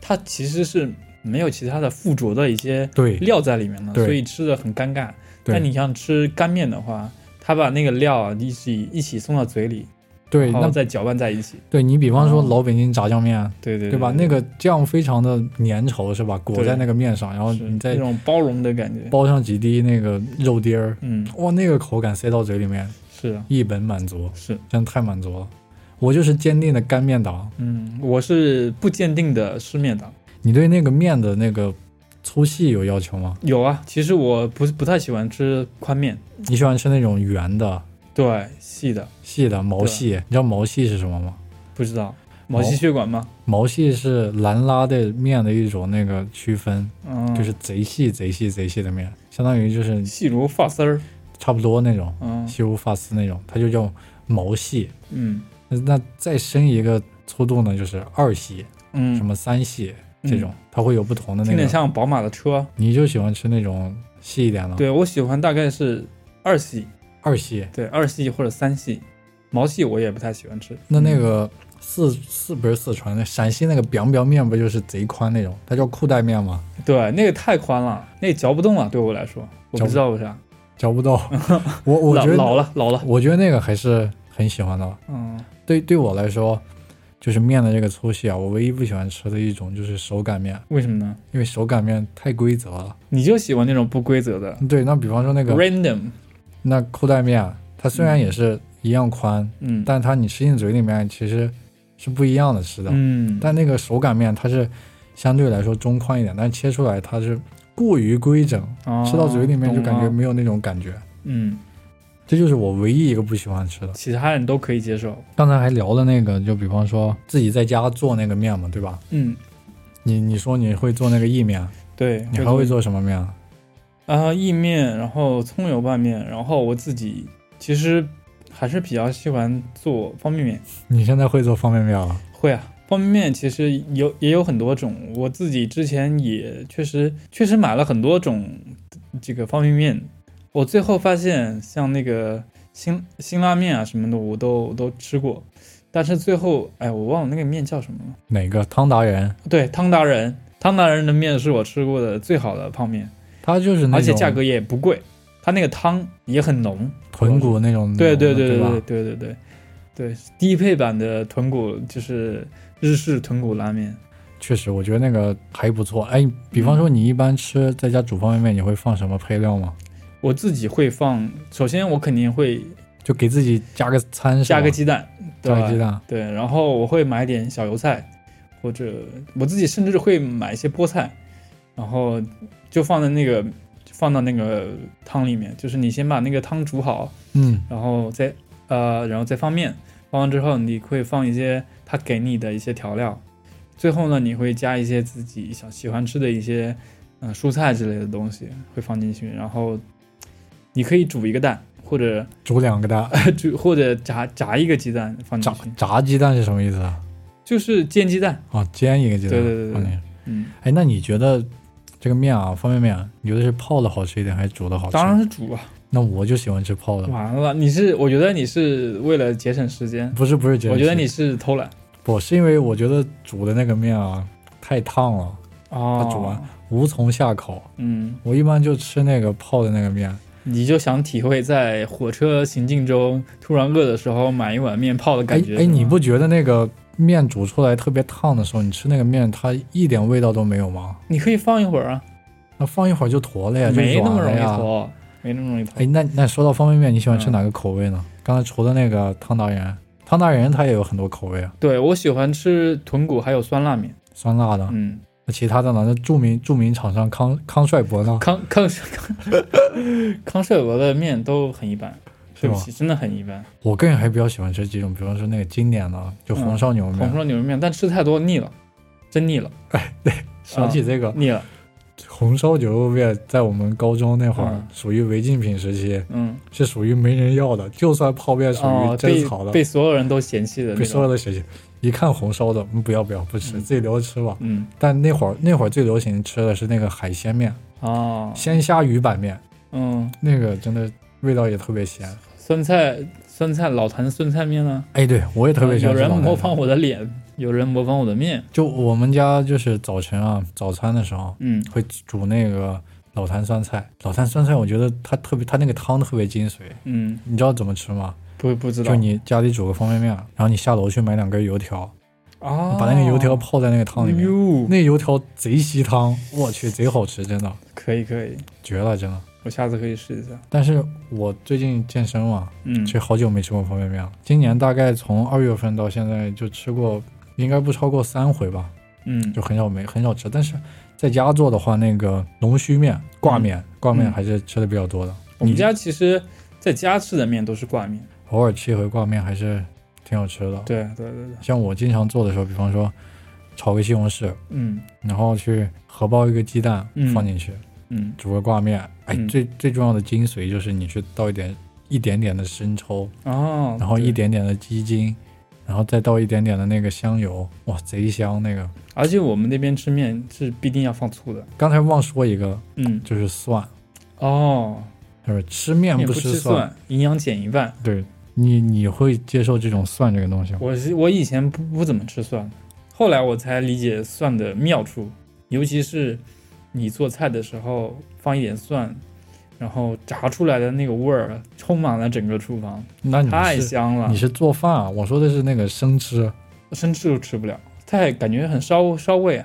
Speaker 2: 它其实是没有其他的附着的一些
Speaker 1: 对
Speaker 2: 料在里面了，
Speaker 1: 对
Speaker 2: 所以吃的很尴尬。
Speaker 1: 对
Speaker 2: 但你像吃干面的话，他把那个料啊一起一起送到嘴里，
Speaker 1: 对，
Speaker 2: 然后
Speaker 1: 那
Speaker 2: 再搅拌在一起。
Speaker 1: 对你比方说
Speaker 2: 哦
Speaker 1: 老北京炸酱面，
Speaker 2: 对对
Speaker 1: 对吧？那个酱非常的粘稠，是吧？裹
Speaker 2: 对
Speaker 1: 在那个面上，然后
Speaker 2: 是
Speaker 1: 你
Speaker 2: 那
Speaker 1: 再
Speaker 2: 种包容的感觉。
Speaker 1: 包上几滴那个肉丁儿，
Speaker 2: 嗯，
Speaker 1: 哇，那个口感塞到嘴里面，
Speaker 2: 是啊
Speaker 1: 一本满足，
Speaker 2: 是，
Speaker 1: 真的太满足了。我就是坚定的干面党。
Speaker 2: 嗯，我是不坚定的吃面党。
Speaker 1: 你对那个面的那个粗细有要求吗？
Speaker 2: 有啊，其实我不是不太喜欢吃宽面，
Speaker 1: 你喜欢吃那种圆的、
Speaker 2: 对，细的
Speaker 1: 细的毛细？你知道毛细是什么吗？
Speaker 2: 不知道毛
Speaker 1: 哦
Speaker 2: 细血管吗？
Speaker 1: 毛细是兰拉的面的一种那个区分，
Speaker 2: 嗯，
Speaker 1: 就是贼细、贼细、贼细的面，相当于就是
Speaker 2: 细如发丝儿。
Speaker 1: 差不多那种
Speaker 2: 嗯
Speaker 1: 细如发丝那种，它就叫毛细。
Speaker 2: 嗯
Speaker 1: 那那再深一个粗度呢，就是二细、
Speaker 2: 嗯，
Speaker 1: 什么三细这种，它会有不同的那
Speaker 2: 听点
Speaker 1: 个。
Speaker 2: 像宝马的车。
Speaker 1: 你就喜欢吃那种细一点的，
Speaker 2: 对我喜欢大概是二系，
Speaker 1: 二细。
Speaker 2: 对二系或者三系，毛细我也不太喜欢吃。
Speaker 1: 那那个四四不是四川，那陕西那个 biang biang 面不就是贼宽那种？它叫裤带面吗？
Speaker 2: 嗯对那个太宽了，那个嚼不动了，对我来说，我
Speaker 1: 嚼
Speaker 2: 不
Speaker 1: 不
Speaker 2: 知道为啥。
Speaker 1: 嚼 不到。我我
Speaker 2: 老
Speaker 1: 觉得
Speaker 2: 老了老了，
Speaker 1: 我觉得那个还是很喜欢的。
Speaker 2: 嗯
Speaker 1: 对对我来说，就是面的这个粗细啊，我唯一不喜欢吃的一种就是手擀面，
Speaker 2: 为什么呢？
Speaker 1: 因为手擀面太规则了。
Speaker 2: 你就喜欢那种不规则的
Speaker 1: 对，那比方说那个
Speaker 2: ，random，
Speaker 1: 那裤带面啊，它虽然也是一样宽，
Speaker 2: 嗯
Speaker 1: 但它你吃进嘴里面其实是不一样的吃的。
Speaker 2: 嗯，
Speaker 1: 但那个手擀面它是相对来说中宽一点，但切出来它是过于规整，
Speaker 2: 哦
Speaker 1: 吃到嘴里面就感觉
Speaker 2: 懂了
Speaker 1: 没有那种感觉。
Speaker 2: 嗯，
Speaker 1: 这就是我唯一一个不喜欢吃的。
Speaker 2: 其他人都可以接受，
Speaker 1: 刚才还聊了那个，就比方说自己在家做那个面嘛，对吧？
Speaker 2: 嗯，
Speaker 1: 你你说你会做那个意面，
Speaker 2: 对，
Speaker 1: 你还会
Speaker 2: 做
Speaker 1: 做什么面啊？
Speaker 2: 啊意面，然后葱油拌面，然后我自己其实还是比较喜欢做方便面。
Speaker 1: 你现在会做方便面了？
Speaker 2: 会啊，方便面其实有也有很多种，我自己之前也确实确实买了很多种这个方便面，我最后发现像那个辛辛拉面啊什么的，我都我都吃过，但是最后哎，我忘了那个面叫什么了。
Speaker 1: 哪个汤达人？
Speaker 2: 对，汤达人，汤达人的面是我吃过的最好的泡面，
Speaker 1: 它就是那种
Speaker 2: 而且价格也不贵，它那个汤也很浓。
Speaker 1: 豚骨那种，
Speaker 2: 对对对
Speaker 1: 对吧
Speaker 2: 对对对对对，低配版的豚骨就是日式豚骨拉面。
Speaker 1: 确实，我觉得那个还不错。哎，比方
Speaker 2: 嗯
Speaker 1: 说你一般吃在家煮方便面，你会放什么配料吗？
Speaker 2: 我自己会放，首先我肯定会
Speaker 1: 就给自己加个餐是吧，
Speaker 2: 加个鸡蛋，对
Speaker 1: 加
Speaker 2: 吧
Speaker 1: 个鸡蛋，
Speaker 2: 对，然后我会买点小油菜，或者我自己甚至会买一些菠菜，然后就放在那个放到那个汤里面，就是你先把那个汤煮好，
Speaker 1: 嗯，
Speaker 2: 然后再呃，然后再放面，放完之后你会放一些他给你的一些调料，最后呢你会加一些自己想喜欢吃的一些呃蔬菜之类的东西会放进去，然后你可以煮一个蛋，或者
Speaker 1: 煮两个 蛋。
Speaker 2: 煮或者炸炸一个鸡蛋放进
Speaker 1: 炸
Speaker 2: 去，
Speaker 1: 炸鸡蛋是什么意思啊？
Speaker 2: 就是煎鸡蛋，
Speaker 1: 哦，煎一个鸡蛋。
Speaker 2: 对对对对
Speaker 1: 放进去
Speaker 2: 嗯，
Speaker 1: 哎，那你觉得这个面啊，方便面啊，你觉得是泡的好吃一点，还是煮的好吃？
Speaker 2: 当然，是煮啊，
Speaker 1: 那我就喜欢吃泡的。
Speaker 2: 完了，你是我觉得你是为了节省时间，
Speaker 1: 不是不是节省
Speaker 2: 我
Speaker 1: 时
Speaker 2: 觉
Speaker 1: 间，
Speaker 2: 得你是偷懒
Speaker 1: 不是因为我觉得煮的那个面啊太烫了，
Speaker 2: 哦
Speaker 1: 啊它煮完，无从下口。
Speaker 2: 嗯。
Speaker 1: 我一般就吃那个泡的那个面，
Speaker 2: 你就想体会在火车行进中突然饿的时候买一碗面泡的
Speaker 1: 哎
Speaker 2: 感觉。
Speaker 1: 哎，
Speaker 2: 是吗
Speaker 1: 你不觉得那个面煮出来特别烫的时候，你吃那个面它一点味道都没有吗？
Speaker 2: 你可以放一会儿啊，
Speaker 1: 那放一会儿就坨哎了呀，就
Speaker 2: 没那
Speaker 1: 软
Speaker 2: 么
Speaker 1: 了
Speaker 2: 容易
Speaker 1: 呀。
Speaker 2: 坨，没那么容易坨。
Speaker 1: 哎，那那说到方便面，你喜欢吃
Speaker 2: 嗯
Speaker 1: 哪个口味呢？刚才除了那个汤达人，汤达人它也有很多口味啊，
Speaker 2: 对我喜欢吃豚骨，还有酸辣面。
Speaker 1: 酸辣的。
Speaker 2: 嗯，
Speaker 1: 那其他的呢？那著名著名厂商康康帅伯呢？
Speaker 2: 康康康 康帅鹅的面都很一般，
Speaker 1: 是
Speaker 2: 对
Speaker 1: 吗
Speaker 2: 不？起，真的很一般。
Speaker 1: 我个人还比较喜欢吃几种，比方说那个经典的，就红烧牛肉
Speaker 2: 嗯红
Speaker 1: 面。
Speaker 2: 烧牛肉面，但吃太多腻了，真腻了，
Speaker 1: 哎
Speaker 2: 啊
Speaker 1: 想起这个
Speaker 2: 腻了。
Speaker 1: 红烧牛肉面，在我们高中那会儿
Speaker 2: 嗯
Speaker 1: 属于违禁品时期，
Speaker 2: 嗯，
Speaker 1: 是属于没人要的，就算泡面属于
Speaker 2: 哦，
Speaker 1: 真
Speaker 2: 被
Speaker 1: 炒的，
Speaker 2: 被所有人都嫌弃的
Speaker 1: 被
Speaker 2: 那
Speaker 1: 所有
Speaker 2: 种。
Speaker 1: 的学习。一看红烧的，嗯，不要不要，不吃，
Speaker 2: 嗯
Speaker 1: 自己留着吃吧。
Speaker 2: 嗯，
Speaker 1: 但那会儿那会儿最流行吃的是那个海鲜面，
Speaker 2: 哦，
Speaker 1: 鲜虾鱼板面，
Speaker 2: 嗯，
Speaker 1: 那个真的味道也特别咸。
Speaker 2: 酸菜酸菜老坛酸菜面呢？
Speaker 1: 哎，对我也特别喜
Speaker 2: 啊呃有
Speaker 1: 欢吃
Speaker 2: 人
Speaker 1: 老坛
Speaker 2: 模
Speaker 1: 酸
Speaker 2: 仿我的脸，有人模仿我的面，
Speaker 1: 就我们家就是早晨啊，早餐的时候
Speaker 2: 嗯，
Speaker 1: 会煮那个老坛酸菜。老坛酸菜，我觉得它特别，它那个汤特别精髓。
Speaker 2: 嗯，
Speaker 1: 你知道怎么吃吗？
Speaker 2: 不不知道，
Speaker 1: 就你家里煮个方便面，然后你下楼去买两根油条，
Speaker 2: 啊，
Speaker 1: 把那个油条泡在那个汤里面，
Speaker 2: 哟，
Speaker 1: 那油条贼吸汤，我去，贼好吃，真的
Speaker 2: 可以可以，
Speaker 1: 绝了，真的。
Speaker 2: 我下次可以试一下。
Speaker 1: 但是我最近健身嘛，
Speaker 2: 嗯
Speaker 1: 其，实好久没吃过方便面了。今年大概从二月份到现在就吃过，应该不超过三回吧，
Speaker 2: 嗯
Speaker 1: 就很少没很少吃。但是在家做的话，那个龙须面、挂面、挂面还是吃的比较多的。
Speaker 2: 嗯我们家其实在家吃的面都是挂面。
Speaker 1: 偶尔吃一回挂面还是挺好吃的。
Speaker 2: 对啊对对对，
Speaker 1: 像我经常做的时候，比方说炒个西红柿，
Speaker 2: 嗯
Speaker 1: 然后去荷包一个鸡蛋
Speaker 2: 嗯
Speaker 1: 放进去，
Speaker 2: 嗯
Speaker 1: 煮个挂面。哎，
Speaker 2: 嗯
Speaker 1: 最最重要的精髓就是你去倒一点一点点的生抽，
Speaker 2: 哦，
Speaker 1: 然后
Speaker 2: 对
Speaker 1: 一，点点的鸡精，然后再倒一点点的那个香油，哇，贼香那个。
Speaker 2: 而且我们那边吃面是必定要放醋的。
Speaker 1: 刚才忘说一个，
Speaker 2: 嗯
Speaker 1: 就是蒜，
Speaker 2: 哦，
Speaker 1: 就是吃面
Speaker 2: 面
Speaker 1: 不
Speaker 2: 不
Speaker 1: 吃
Speaker 2: 吃蒜，营养减一半。
Speaker 1: 对你你会接受这种蒜这个东西吗？
Speaker 2: 我是我以前不不怎么吃蒜，后来我才理解蒜的妙处，尤其是你做菜的时候放一点蒜，然后炸出来的那个味儿充满了整个厨房，
Speaker 1: 那你嗯
Speaker 2: 太
Speaker 1: 是
Speaker 2: 香了
Speaker 1: 你，是做饭啊？我说的是那个生吃，
Speaker 2: 生吃都吃不了，太感觉很烧烧胃啊，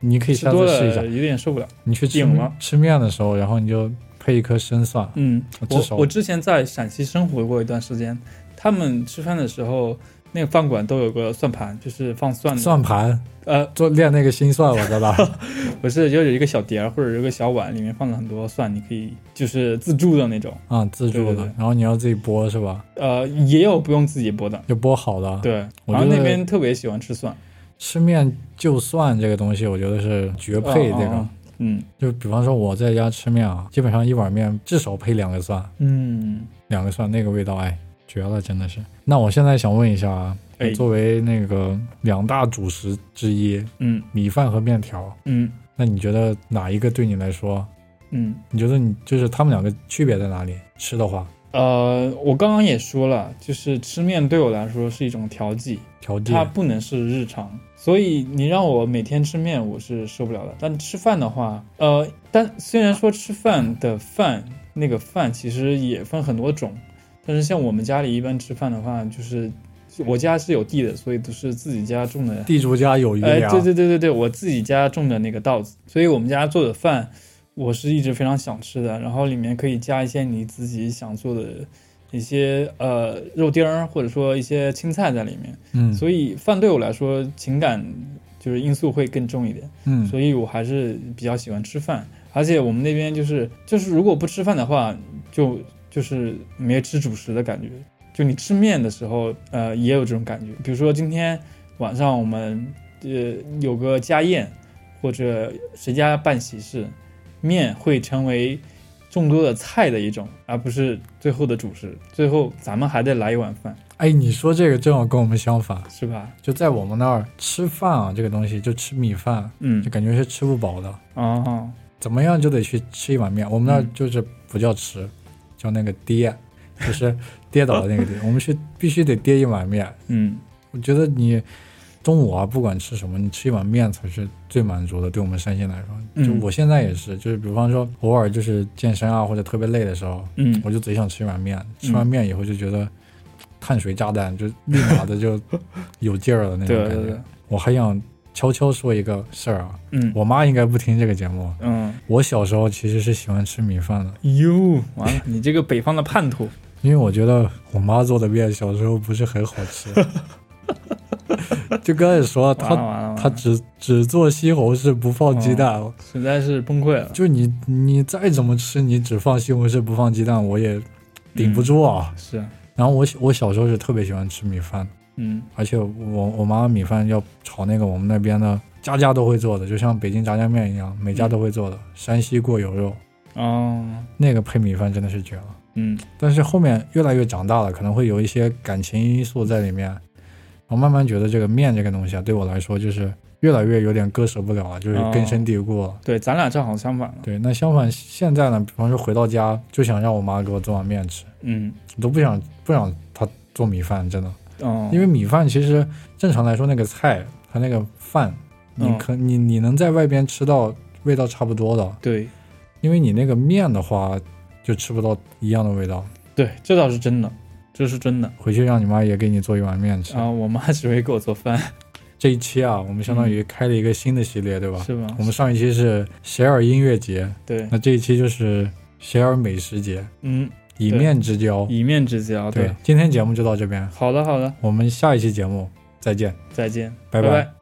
Speaker 1: 你可以
Speaker 2: 吃
Speaker 1: 下
Speaker 2: 多
Speaker 1: 次试一
Speaker 2: 了
Speaker 1: 下。
Speaker 2: 有点受不了。
Speaker 1: 你去吃
Speaker 2: 顶了
Speaker 1: 吃面的时候，然后你就配一颗生蒜，
Speaker 2: 嗯，
Speaker 1: 至
Speaker 2: 我
Speaker 1: 少
Speaker 2: 我之前在陕西生活过一段时间，他们吃饭的时候，那个饭馆都有个算盘，就是放蒜的，
Speaker 1: 蒜盘
Speaker 2: 呃，
Speaker 1: 做练那个心算，我知道。
Speaker 2: 不是，就有一个小碟儿或者有一个小碗，里面放了很多蒜，你可以就是自助的那种，
Speaker 1: 啊、自助的
Speaker 2: 对对对
Speaker 1: 然后你要自己剥是吧？
Speaker 2: 呃，也有不用自己剥的。
Speaker 1: 就剥好的。，
Speaker 2: 对，
Speaker 1: 我
Speaker 2: 然后
Speaker 1: 觉得
Speaker 2: 那边特别喜欢吃蒜，
Speaker 1: 吃面就蒜这个东西，我觉得是绝配。这个、
Speaker 2: 哦哦哦嗯
Speaker 1: 就比方说我在家吃面啊，基本上一碗面至少配两个蒜，
Speaker 2: 嗯，
Speaker 1: 两个蒜那个味道，哎，绝了，真的是。那我现在想问一下啊，
Speaker 2: 哎
Speaker 1: 作为那个两大主食之一，
Speaker 2: 嗯
Speaker 1: 米饭和面条，
Speaker 2: 嗯
Speaker 1: 那你觉得哪一个对你来说？
Speaker 2: 嗯，
Speaker 1: 你觉得你就是他们两个区别在哪里？吃的话，
Speaker 2: 呃，我刚刚也说了，就是吃面对我来说是一种调剂，
Speaker 1: 调剂
Speaker 2: 它不能是日常，所以你让我每天吃面，我是受不了的。但吃饭的话，呃，但虽然说吃饭的饭那个饭其实也分很多种，但是像我们家里一般吃饭的话，就是我家是有地的，所以都是自己家种的。
Speaker 1: 地啊主家有余
Speaker 2: 哎，
Speaker 1: 粮，
Speaker 2: 对对对对对，我自己家种的那个稻子，所以我们家做的饭，我是一直非常想吃的。然后里面可以加一些你自己想做的一些呃肉丁儿，或者说一些青菜在里面。
Speaker 1: 嗯，
Speaker 2: 所以饭对我来说情感就是因素会更重一点，
Speaker 1: 嗯，
Speaker 2: 所以我还是比较喜欢吃饭。而且我们那边就是就是如果不吃饭的话，就就是没吃主食的感觉。就你吃面的时候，呃，也有这种感觉。比如说今天晚上我们呃有个家宴，或者谁家办喜事，面会成为众多的菜的一种，而不是最后的主食。最后咱们还得来一碗饭，
Speaker 1: 哎，你说这个正好跟我们相反，
Speaker 2: 是吧？
Speaker 1: 就在我们那儿吃饭啊，这个东西就吃米饭，
Speaker 2: 嗯
Speaker 1: 就，感觉是吃不饱的，
Speaker 2: 哦，
Speaker 1: 怎么样就得去吃一碗面。我们那儿
Speaker 2: 嗯
Speaker 1: 就是不叫吃，叫那个跌，就是跌倒的那个跌。我们是必须得跌一碗面。
Speaker 2: 嗯，
Speaker 1: 我觉得你中午啊，不管吃什么，你吃一碗面才是最满足的。对我们山西来说，
Speaker 2: 嗯
Speaker 1: 就我现在也是，就是比方说偶尔就是健身啊，或者特别累的时候，
Speaker 2: 嗯
Speaker 1: 我就贼想吃一碗面。吃完面以后就觉得碳水炸弹就立马的就有劲儿了那，种
Speaker 2: 对
Speaker 1: 感觉。
Speaker 2: 对对，
Speaker 1: 我还想悄悄说一个事儿啊，
Speaker 2: 嗯
Speaker 1: 我妈应该不听这个节目。啊
Speaker 2: 嗯，
Speaker 1: 我小时候其实是喜欢吃米饭的，
Speaker 2: 哟，完了，你这个北方的叛徒，
Speaker 1: 因为我觉得我妈做的面小时候不是很好吃。就刚才说了，
Speaker 2: 完了
Speaker 1: 她
Speaker 2: 完了，
Speaker 1: 她
Speaker 2: 完了
Speaker 1: 只只做西红柿不放鸡蛋，
Speaker 2: 实在是崩溃了，
Speaker 1: 就你你再怎么吃，你只放西红柿不放鸡蛋，我也顶不住啊。
Speaker 2: 是，
Speaker 1: 然后我小我小时候是特别喜欢吃米饭的，
Speaker 2: 嗯
Speaker 1: 而且我我妈米饭要炒那个我们那边的家家都会做的，就像北京炸酱面一样，每家都会做的。山西过油肉
Speaker 2: 哦，
Speaker 1: 那个配米饭真的是绝了。
Speaker 2: 嗯
Speaker 1: 但是后面越来越长大了，可能会有一些感情因素在里面。我慢慢觉得这个面这个东西啊，对我来说就是越来越有点割舍不了了，就是根深蒂固了。
Speaker 2: 对，咱俩正好相反了，
Speaker 1: 对，那相反现在呢，比方说回到家就想让我妈给我做碗面吃，
Speaker 2: 嗯，
Speaker 1: 我都不想不想她做米饭，真的。
Speaker 2: 嗯，
Speaker 1: 因为米饭其实正常来说那个菜和那个饭，你
Speaker 2: 嗯
Speaker 1: 可、你你能在外边吃到味道差不多的，
Speaker 2: 对
Speaker 1: 因为你那个面的话就吃不到一样的味道。
Speaker 2: 对，这倒是真的，这是真的
Speaker 1: 回去让你妈也给你做一碗面吃。
Speaker 2: 啊！我妈只会给我做饭，
Speaker 1: 这一期啊，我们相当于开了一个新的系列，对吧？
Speaker 2: 嗯是吗
Speaker 1: 我？们上一期是写尔音乐节，
Speaker 2: 对，
Speaker 1: 那这一期就是写尔美食节，
Speaker 2: 嗯，
Speaker 1: 以
Speaker 2: 对
Speaker 1: 面之交。
Speaker 2: 一面之交，
Speaker 1: 对，今天节目就到这边，
Speaker 2: 好的好的，
Speaker 1: 我们下一期节目再见，
Speaker 2: 再见，
Speaker 1: 拜
Speaker 2: 拜
Speaker 1: 拜
Speaker 2: 拜